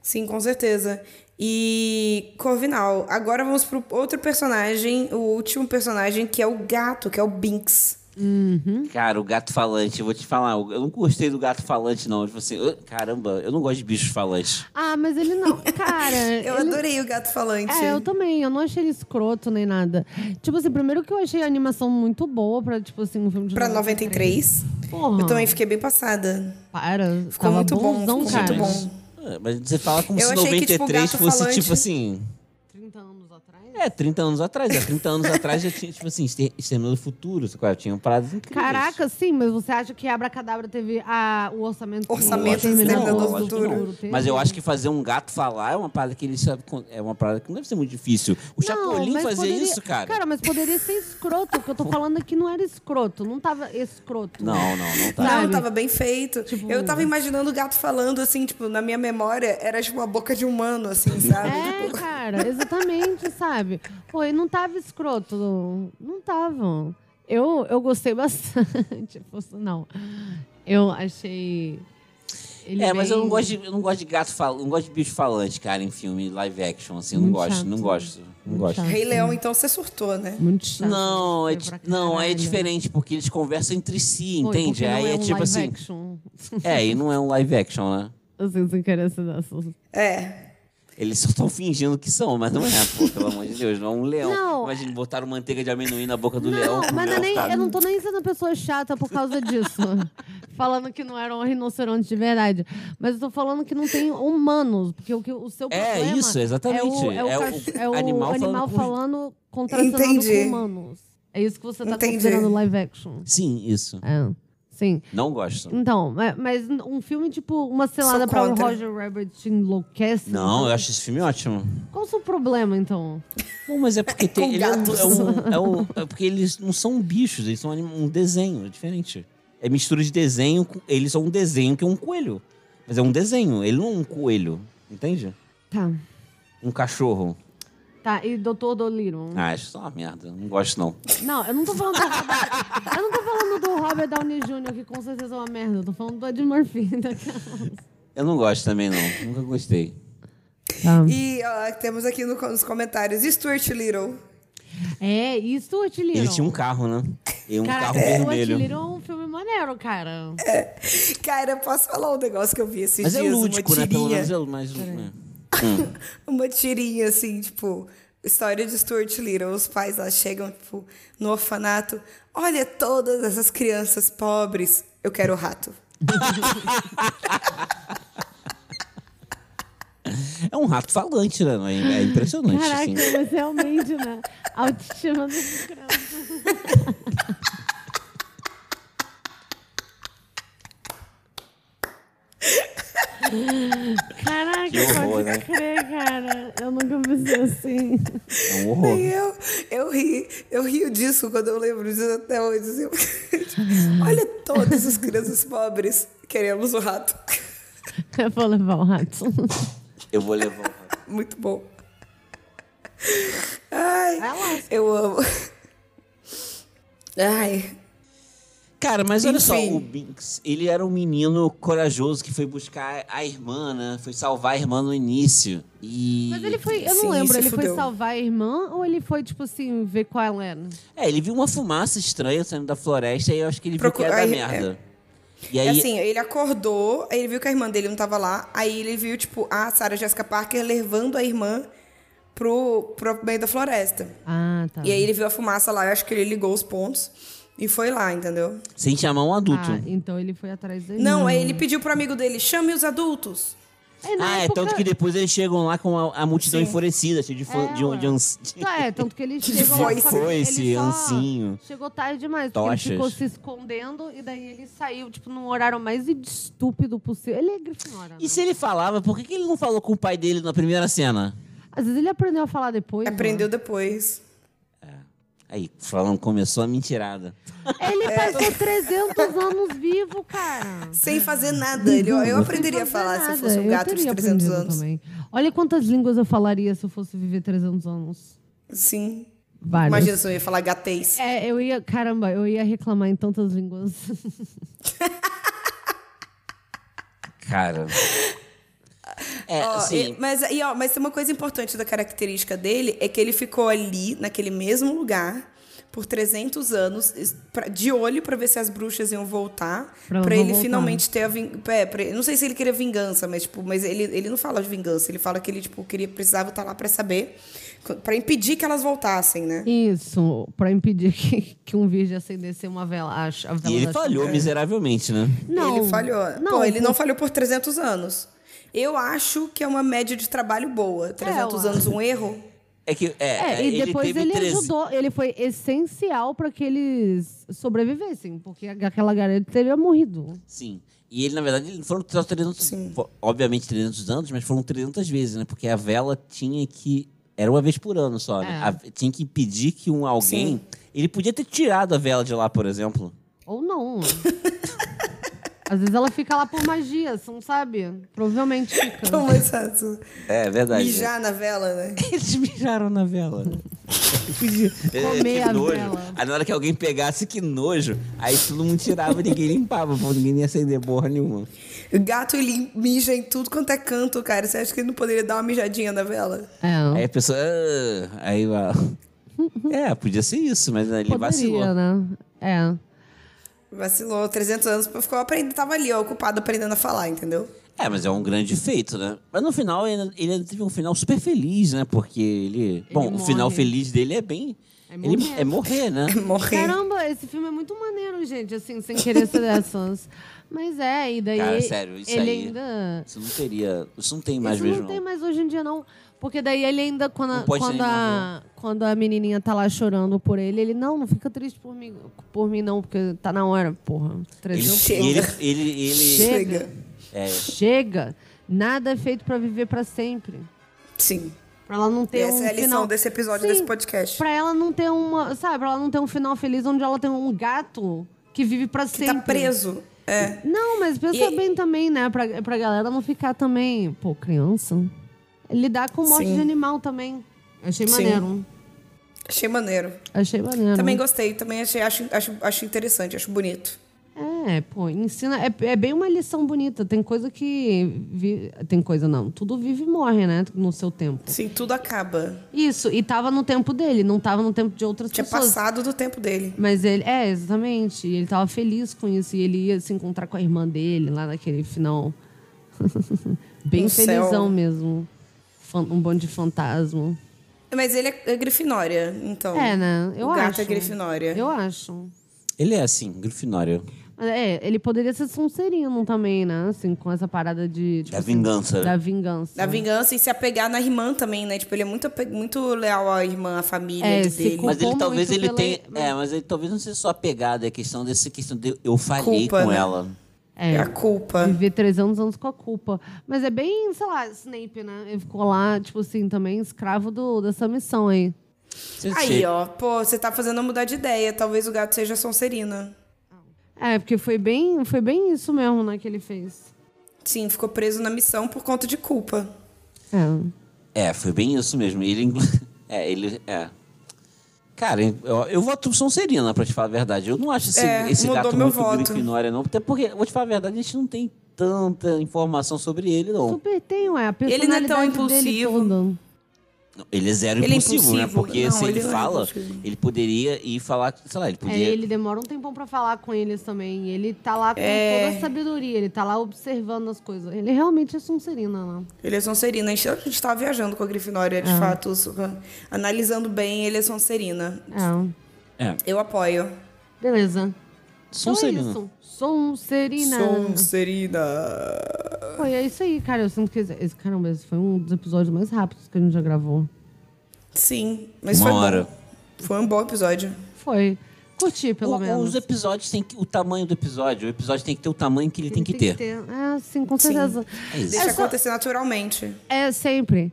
B: Sim, com certeza. E Corvinal, agora vamos pro outro personagem, o último personagem, que é o gato, que é o Binks.
C: Cara, o gato falante, eu vou te falar, eu não gostei do gato falante, não. Tipo assim, eu- caramba, eu não gosto de bichos falantes.
A: Ah, mas ele não. Cara.
B: Eu
A: ele-
B: adorei o gato falante.
A: É, eu também. Eu não achei ele escroto nem nada. Tipo assim, primeiro que eu achei a animação muito boa pra, tipo assim, um filme de.
B: Pra 93.
A: Porra.
B: Eu também fiquei bem passada.
A: Para.
B: Ficou
A: tava
B: muito bom,
A: bonzão,
B: ficou
A: cara.
B: muito bom.
C: É, Mas você fala como
B: Eu
C: se
B: achei que, tipo,
C: 93
B: gato
C: fosse
B: falante-
C: tipo assim.
A: 30 anos atrás?
C: É, 30 anos atrás. É, 30 anos atrás já tinha, tipo assim, Exter- Exterminador do Futuro, sabe qual é? Tinha paradas incríveis.
A: Caraca, sim, mas você acha que Abracadabra teve a, o orçamento que
B: Orçamento
A: o Exterminador
B: Exterminador do
A: do
C: lógico que
B: Futuro.
A: teve?
C: Mas eu acho que fazer um gato falar é uma parada que ele sabe. con- É uma parada que não deve ser muito difícil. O Chapolin
A: mas
C: fazia
A: poderia-
C: isso, cara.
A: Cara, mas poderia ser escroto. O que eu tô falando aqui não era escroto. Não tava escroto.
C: Não, não, não tá.
B: Não,
A: Sabe?
B: tava bem feito.
A: Tipo-
B: Eu tava imaginando o gato falando, assim, tipo, na minha memória, era tipo uma boca de humano, assim, sabe?
A: É,
B: Tipo,
A: cara, exatamente, sabe? Pô, e não tava escroto. Não, não tava. Eu, eu gostei bastante. por sinal. Eu achei. ele
C: É, mas eu não
A: bem-
C: gosto de, eu não gosto de gato falante, não gosto de bicho falante, cara, em filme live action, assim, eu não
A: Muito
C: gosto, não
A: chato.
C: gosto, não
A: Muito
C: gosto.
A: chato.
B: Rei Leão, então você surtou, né?
A: Muito chato.
C: Não, é,
A: Foi pra
C: di- não, aí é
A: caralho. né?
C: diferente, porque eles conversam entre si,
A: Foi,
C: entende?
A: porque não
C: aí é,
A: um
C: tipo
A: live
C: assim.
A: action.
C: É, e não é um live action, né?
A: Assim, sem querer se dar susto.
B: É.
C: Eles só estão fingindo que são, mas não é, pô, pelo amor de Deus, não é um leão.
A: Não.
C: Imagina, botaram manteiga de amendoim na boca do leão.
A: Não,
C: tá pro
A: mas eu,
C: leão
A: nem,
C: ficar-
A: eu não tô nem sendo pessoa chata por causa disso. falando que não era um rinoceronte de verdade. Mas eu tô falando que não tem humanos. Porque o, que, o seu
C: É,
A: problema...
C: isso, exatamente.
A: É o, é o
C: É o
A: cach- é o
C: animal
A: animal,
C: falando com-
A: falando, contracionando
B: Entendi.
A: com humanos. É isso que você tá
B: Entendi.
A: considerando live action.
C: Sim, isso.
A: É, sim.
C: Não
B: Hum.
C: gosto.
A: Então, ma- mas um filme tipo uma selada
B: Sou
A: pra o
B: contra.
A: Roger Rabbit te enlouquece.
C: Não, é eu acho esse filme ótimo.
A: Qual o seu problema, então?
C: Não, mas é porque tem,
B: Com
C: ele é um-
B: gatos.
C: é um- é um- é porque eles não são bichos, eles são anim- um desenho, é diferente. É mistura de desenho, com- eles são um desenho que é um coelho. Mas é um desenho, ele não é um coelho, entende?
A: Tá.
C: Um cachorro.
A: Tá, e Doutor Dolittle?
B: Hum.
C: Ah, isso é uma merda, não gosto não.
A: Não, eu não tô falando do Robert, Eu não tô falando do Robert Downey Jr., que com certeza é uma merda. Eu tô falando do Ed Murphy. tá
C: Eu não gosto também não, nunca gostei.
B: E ó, temos aqui no- nos comentários Stuart Little.
A: É, e Stuart Little?
C: Ele tinha um carro, né? E um
A: Caraca,
C: carro
A: Stuart
C: vermelho. É,
A: Little é um filme maneiro, cara.
B: Cara, eu posso falar um negócio que eu vi esses
C: Mas é
B: dias?
C: lúdico,
B: uma
C: né? Pelo
B: tirinha.
C: menos é mais... é.
B: uma tirinha, assim, tipo, história de Stuart Little. Os pais lá chegam, tipo, no orfanato. Olha todas essas crianças pobres. Eu quero o rato.
C: É um rato falante, né? É impressionante,
A: Caraca,
C: assim.
A: mas realmente, né? A autoestima dessa criança. Caraca,
C: Que horror,
A: pode
C: né?
A: crer, cara. Eu nunca pensei assim.
C: É um horror.
B: E eu, eu ri, eu rio disso quando eu lembro disso até hoje. assim, porque, tipo, Olha todas as crianças pobres, queremos o rato.
A: Eu vou levar o rato.
C: Eu vou levar um o rato.
B: Muito bom. Ai, eu amo. Ai,
C: Cara, mas olha só,
B: Enfim.
C: o Binks, ele era um menino corajoso que foi buscar a irmã, né? Foi salvar a irmã no início. E.
A: Mas ele foi, eu
B: Sim,
A: não lembro,
B: se
A: ele foi
B: fudeu.
A: salvar a irmã ou ele foi, tipo assim, ver qual ela era?
C: É, ele viu uma fumaça estranha saindo da floresta e eu acho que ele
B: Procu-
C: viu que era
B: aí-
C: da merda. E
B: É
C: aí.
B: assim, ele acordou, aí ele viu que a irmã dele não tava lá, aí ele viu, tipo, a Sarah Jessica Parker levando a irmã pro, pro meio da floresta.
A: Ah, tá.
B: E aí ele viu a fumaça lá, eu acho que ele ligou os pontos e foi lá, entendeu?
C: Sem chamar um adulto.
A: Ah, então ele foi atrás da irmã.
B: Não, aí ele pediu pro amigo dele, chame os adultos.
A: É, na
C: Ah, é
A: época-
C: tanto que depois eles chegam lá com a, a multidão
B: Sim.
C: enfurecida, cheia de, fo-
A: É,
C: de, um
A: ué.
C: de ans- de-
A: Tá, é, tanto que ele chegou lá,
B: foi,
A: só-
C: foi
A: ele
C: esse
A: só
C: ancinho.
A: Chegou tarde demais, porque
C: Tochas.
A: ele ficou se escondendo e daí ele saiu, tipo, num horário mais estúpido possível. Ele é grifinória.
C: E
A: né?
C: se ele falava, por que, que ele não falou com o pai dele na primeira cena?
A: Às vezes ele aprendeu a falar depois. né?
B: Aprendeu depois.
C: Aí, falando, começou a mentirada.
A: Ele passou 300 anos vivo, cara.
B: Sem fazer nada. Ele, ó, eu
A: Uhum. Sem
B: aprenderia a
A: fazer
B: falar se eu
A: é nada.
B: fosse um
A: Eu
B: gato de
A: teria
B: 300
A: aprendido
B: anos.
A: também. Olha quantas línguas eu falaria se eu fosse viver 300 anos.
B: Sim.
A: Várias.
B: Imagina se eu ia falar gatês.
A: É, eu ia, caramba, eu ia reclamar em tantas línguas.
C: Cara. É,
B: Ó,
C: assim,
B: e- mas, e, ó, mas uma coisa importante da característica dele é que ele ficou ali, naquele mesmo lugar, por 300 anos, es- pra- de olho pra ver se as bruxas iam voltar.
A: Pra elas
B: Pra
A: não
B: ele
A: voltarem.
B: finalmente ter a vingança. É, pra- não sei se ele queria vingança, mas, tipo, mas ele, ele não fala de vingança. Ele fala que ele tipo, queria, precisava estar lá pra saber, co- pra impedir que elas voltassem, né?
A: Isso, pra impedir que, que um virgem acendesse uma vela. A, ch- a vela
C: e ele
A: da
C: falhou
A: chama.
C: miseravelmente, né?
A: Não,
B: Ele falhou.
A: Não,
B: Pô, ele
A: por-
B: não falhou por 300 anos. Eu acho que é uma média de trabalho boa. 300
A: É, eu
B: anos, um erro.
C: É que. É,
A: É,
C: é,
A: e depois
C: teve
A: ele,
C: treze-
A: ajudou, ele foi essencial pra que eles sobrevivessem, porque aquela garota teria morrido.
C: Sim. E ele, na verdade, ele- foram só 300. fo- Obviamente 300 anos, mas foram 300 vezes, né? Porque a vela tinha que. Era uma vez por ano só, né?
A: É.
C: A- tinha que impedir que um alguém. Ele podia ter tirado a vela de lá, por exemplo.
A: Ou não. Às vezes ela fica lá por magia, você não sabe? Provavelmente fica.
B: Toma essa-
C: É verdade.
B: Mijar na vela, né?
C: Eles mijaram na vela.
A: Comer a
C: nojo.
A: vela.
C: Aí na hora que alguém pegasse, que nojo. Aí todo mundo tirava e ninguém limpava, porque ninguém ia acender borra nenhuma.
B: O gato, ele mija em tudo quanto é canto, cara. Você acha que ele não poderia dar uma mijadinha na vela?
A: É,
C: Aí a pessoa. "Ah", Aí. ó. É, podia ser isso, mas ele
A: poderia,
C: vacilou.
A: né? É.
B: Vacilou, 300 anos, ficou aprendendo, tava ali, ó, ocupado aprendendo a falar, entendeu?
C: É, mas é um grande feito, né? Mas no final ele, ele ainda teve um final super feliz, né? Porque ele. bom, o
A: morre.
C: final feliz dele é bem.
A: É
C: ele-
A: morrer.
C: é morrer, né?
B: Morrer.
A: Caramba, esse filme é muito maneiro, gente, assim, sem querer ser dessas. Mas é, e daí
C: Cara, sério, isso
A: ele
C: aí.
A: ainda...
C: Isso não teria. Isso não tem mais
A: Isso
C: mesmo.
A: não tem mais hoje em dia, não. Porque daí ele ainda, quando, a-
C: Não pode
A: quando,
C: sair na
A: a, quando a menininha tá lá chorando por ele, ele, não, não fica triste por mim, por mim não, porque tá na hora, porra.
C: Ele, é.
A: 300.
B: Chega.
C: ele, ele, ele-
B: Chega.
A: Chega! Nada é feito pra viver pra sempre.
B: Sim.
A: Pra ela não ter
B: Essa
A: um
B: é a lição
A: final...
B: desse episódio,
A: Sim,
B: desse podcast.
A: Pra ela não ter uma, sabe, pra ela não ter um final feliz onde ela tem um gato que vive pra
B: Que
A: sempre.
B: tá preso. É.
A: Não, mas pensa
B: E-
A: bem também, né? Pra, pra galera não ficar também. Pô, criança. Lidar com morte
B: Sim.
A: de animal também. Achei
B: Sim.
A: maneiro.
B: Achei maneiro.
A: Achei maneiro.
B: Também gostei, também achei, acho, acho, acho interessante, acho bonito.
A: É, pô, ensina. É, é bem uma lição bonita. Tem coisa que. vi- tem coisa não. Tudo vive e morre, né? No seu tempo.
B: Sim, tudo acaba.
A: Isso, e tava no tempo dele, não tava no tempo de outras
B: Tinha
A: pessoas.
B: passado do tempo dele.
A: Mas ele, é, exatamente. Ele tava feliz com isso. E ele ia se encontrar com a irmã dele lá naquele final. Bem
B: No
A: felizão
B: céu.
A: mesmo. Fan- Um bando de fantasma.
B: Mas ele é, é grifinória, então.
A: É, né? Eu
B: o
A: acho.
B: gato é grifinória.
A: Eu acho.
C: ele é assim, Grifinória.
A: Mas, É, ele poderia ser Sonserino também, né? Assim, com essa parada de. tipo
C: Da
A: assim,
C: vingança.
A: da vingança.
B: Da vingança e se apegar na irmã também, né? Tipo, ele é muito, ape- muito leal à irmã, à família
A: É,
B: de-
A: se
B: dele.
A: com-
C: Mas ele
A: culpou
C: talvez
A: muito
C: ele
A: pela-
C: tenha. É, mas ele talvez não seja só apegado, é questão dessa questão de eu falhei
B: Culpa,
C: com
B: né?
C: ela.
A: É.
B: A culpa.
A: Viver 300 anos com a culpa. Mas é bem, sei lá, Snape, né? Ele ficou lá, tipo assim, também escravo do, dessa missão aí.
C: Você-
A: Uhum.
B: Aí, ó. Pô, você tá fazendo eu mudar de ideia. Talvez o gato seja Sonserina.
A: É, porque foi bem, foi bem isso mesmo, né, que ele fez.
B: Sim, ficou preso na missão por conta de culpa.
A: É.
C: É, foi bem isso mesmo. Ele. inclu- É, ele. É. Cara, eu, eu voto Sonserina, pra te falar a verdade. Eu não acho esse,
B: É,
C: esse
B: mudou
C: gato
B: meu
C: muito
B: voto.
C: grifinória, não. Até porque, vou te falar a verdade, a gente não tem tanta informação sobre ele, não.
A: Super tem, ué. A
B: Ele não é tão
A: personalidade dele
B: impulsivo.
A: toda.
C: Não, Ele é zero
B: Ele é
C: impulsivo, né?
B: impulsivo.
C: Porque
B: Não,
C: se ele,
B: ele não é
C: fala,
B: impulsivo.
C: ele poderia ir falar, sei lá, ele
A: É,
C: poderia.
A: ele demora um tempão pra falar com eles também. Ele tá lá com
B: É.
A: toda a sabedoria, ele tá lá observando as coisas. Ele realmente é Sonserina, né?
B: Ele é Sonserina. A gente, a gente tava viajando com a Grifinória,
A: Ah.
B: de fato. isso, Analisando bem, ele é Sonserina.
A: É.
C: É,
B: Eu apoio.
A: Beleza.
C: Sonserina.
A: Então é isso. Sonserina.
B: Sonserina.
A: Pô, e é isso aí, cara. Eu sinto que esse, esse- caramba, esse foi um dos episódios mais rápidos que a gente já gravou.
B: Sim, mas
C: Uma
B: foi bom.
C: hora.
B: Foi um bom episódio.
A: Foi. Curti, pelo
C: O-
A: menos.
C: Os episódios têm que. O tamanho do episódio. O episódio tem que ter o tamanho que ele, tem, que ter.
A: É, sim, com certeza.
C: É isso.
B: Deixa
A: só-
B: acontecer naturalmente.
A: É, sempre.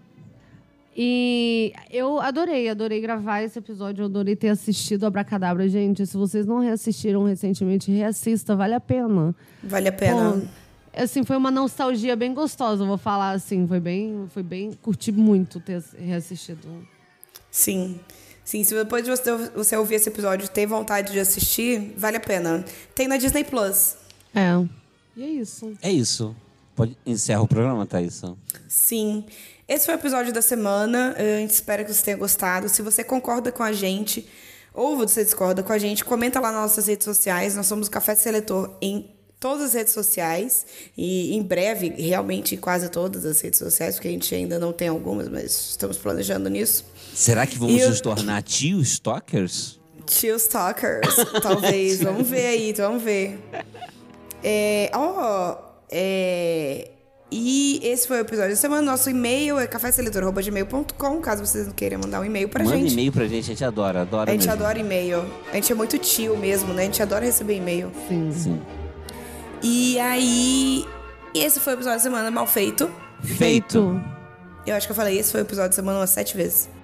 A: E eu adorei, adorei gravar esse episódio, eu adorei ter assistido Abracadabra. Gente, se vocês não reassistiram recentemente, reassista, vale a pena.
B: Vale a pena.
A: Bom, assim, foi uma nostalgia bem gostosa, eu vou falar assim, foi bem, foi bem, curti muito ter reassistido.
B: Sim. Sim, se depois de você, você ouvir esse episódio e ter vontade de assistir, vale a pena. Tem na Disney Plus.
A: É. E é isso.
C: É isso. Pode encerra o programa, Thaís.
B: Sim. Esse foi o episódio da semana. A gente espera que você tenha gostado. Se você concorda com a gente ou você discorda com a gente, comenta lá nas nossas redes sociais. Nós somos o Café Seletor em todas as redes sociais e em breve, realmente, em quase todas as redes sociais, porque a gente ainda não tem algumas, mas estamos planejando nisso.
C: Será que vamos
B: Eu-
C: nos tornar tios stalkers?
B: Tios Talkers, talvez. vamos ver aí, então vamos ver. É, ó, é, e esse foi o episódio da semana. Nosso e-mail é caféseletor.gmail.com, caso vocês não queiram mandar um e-mail pra
C: Manda
B: gente.
C: e-mail pra gente, a gente adora, adora
B: A gente
C: mesmo.
B: adora e-mail. A gente é muito tio mesmo, né? A gente adora receber e-mail.
A: Sim.
C: Sim.
B: E aí, esse foi o episódio da semana mal feito.
C: Feito.
B: Eu acho que eu falei esse foi o episódio da semana umas sete vezes.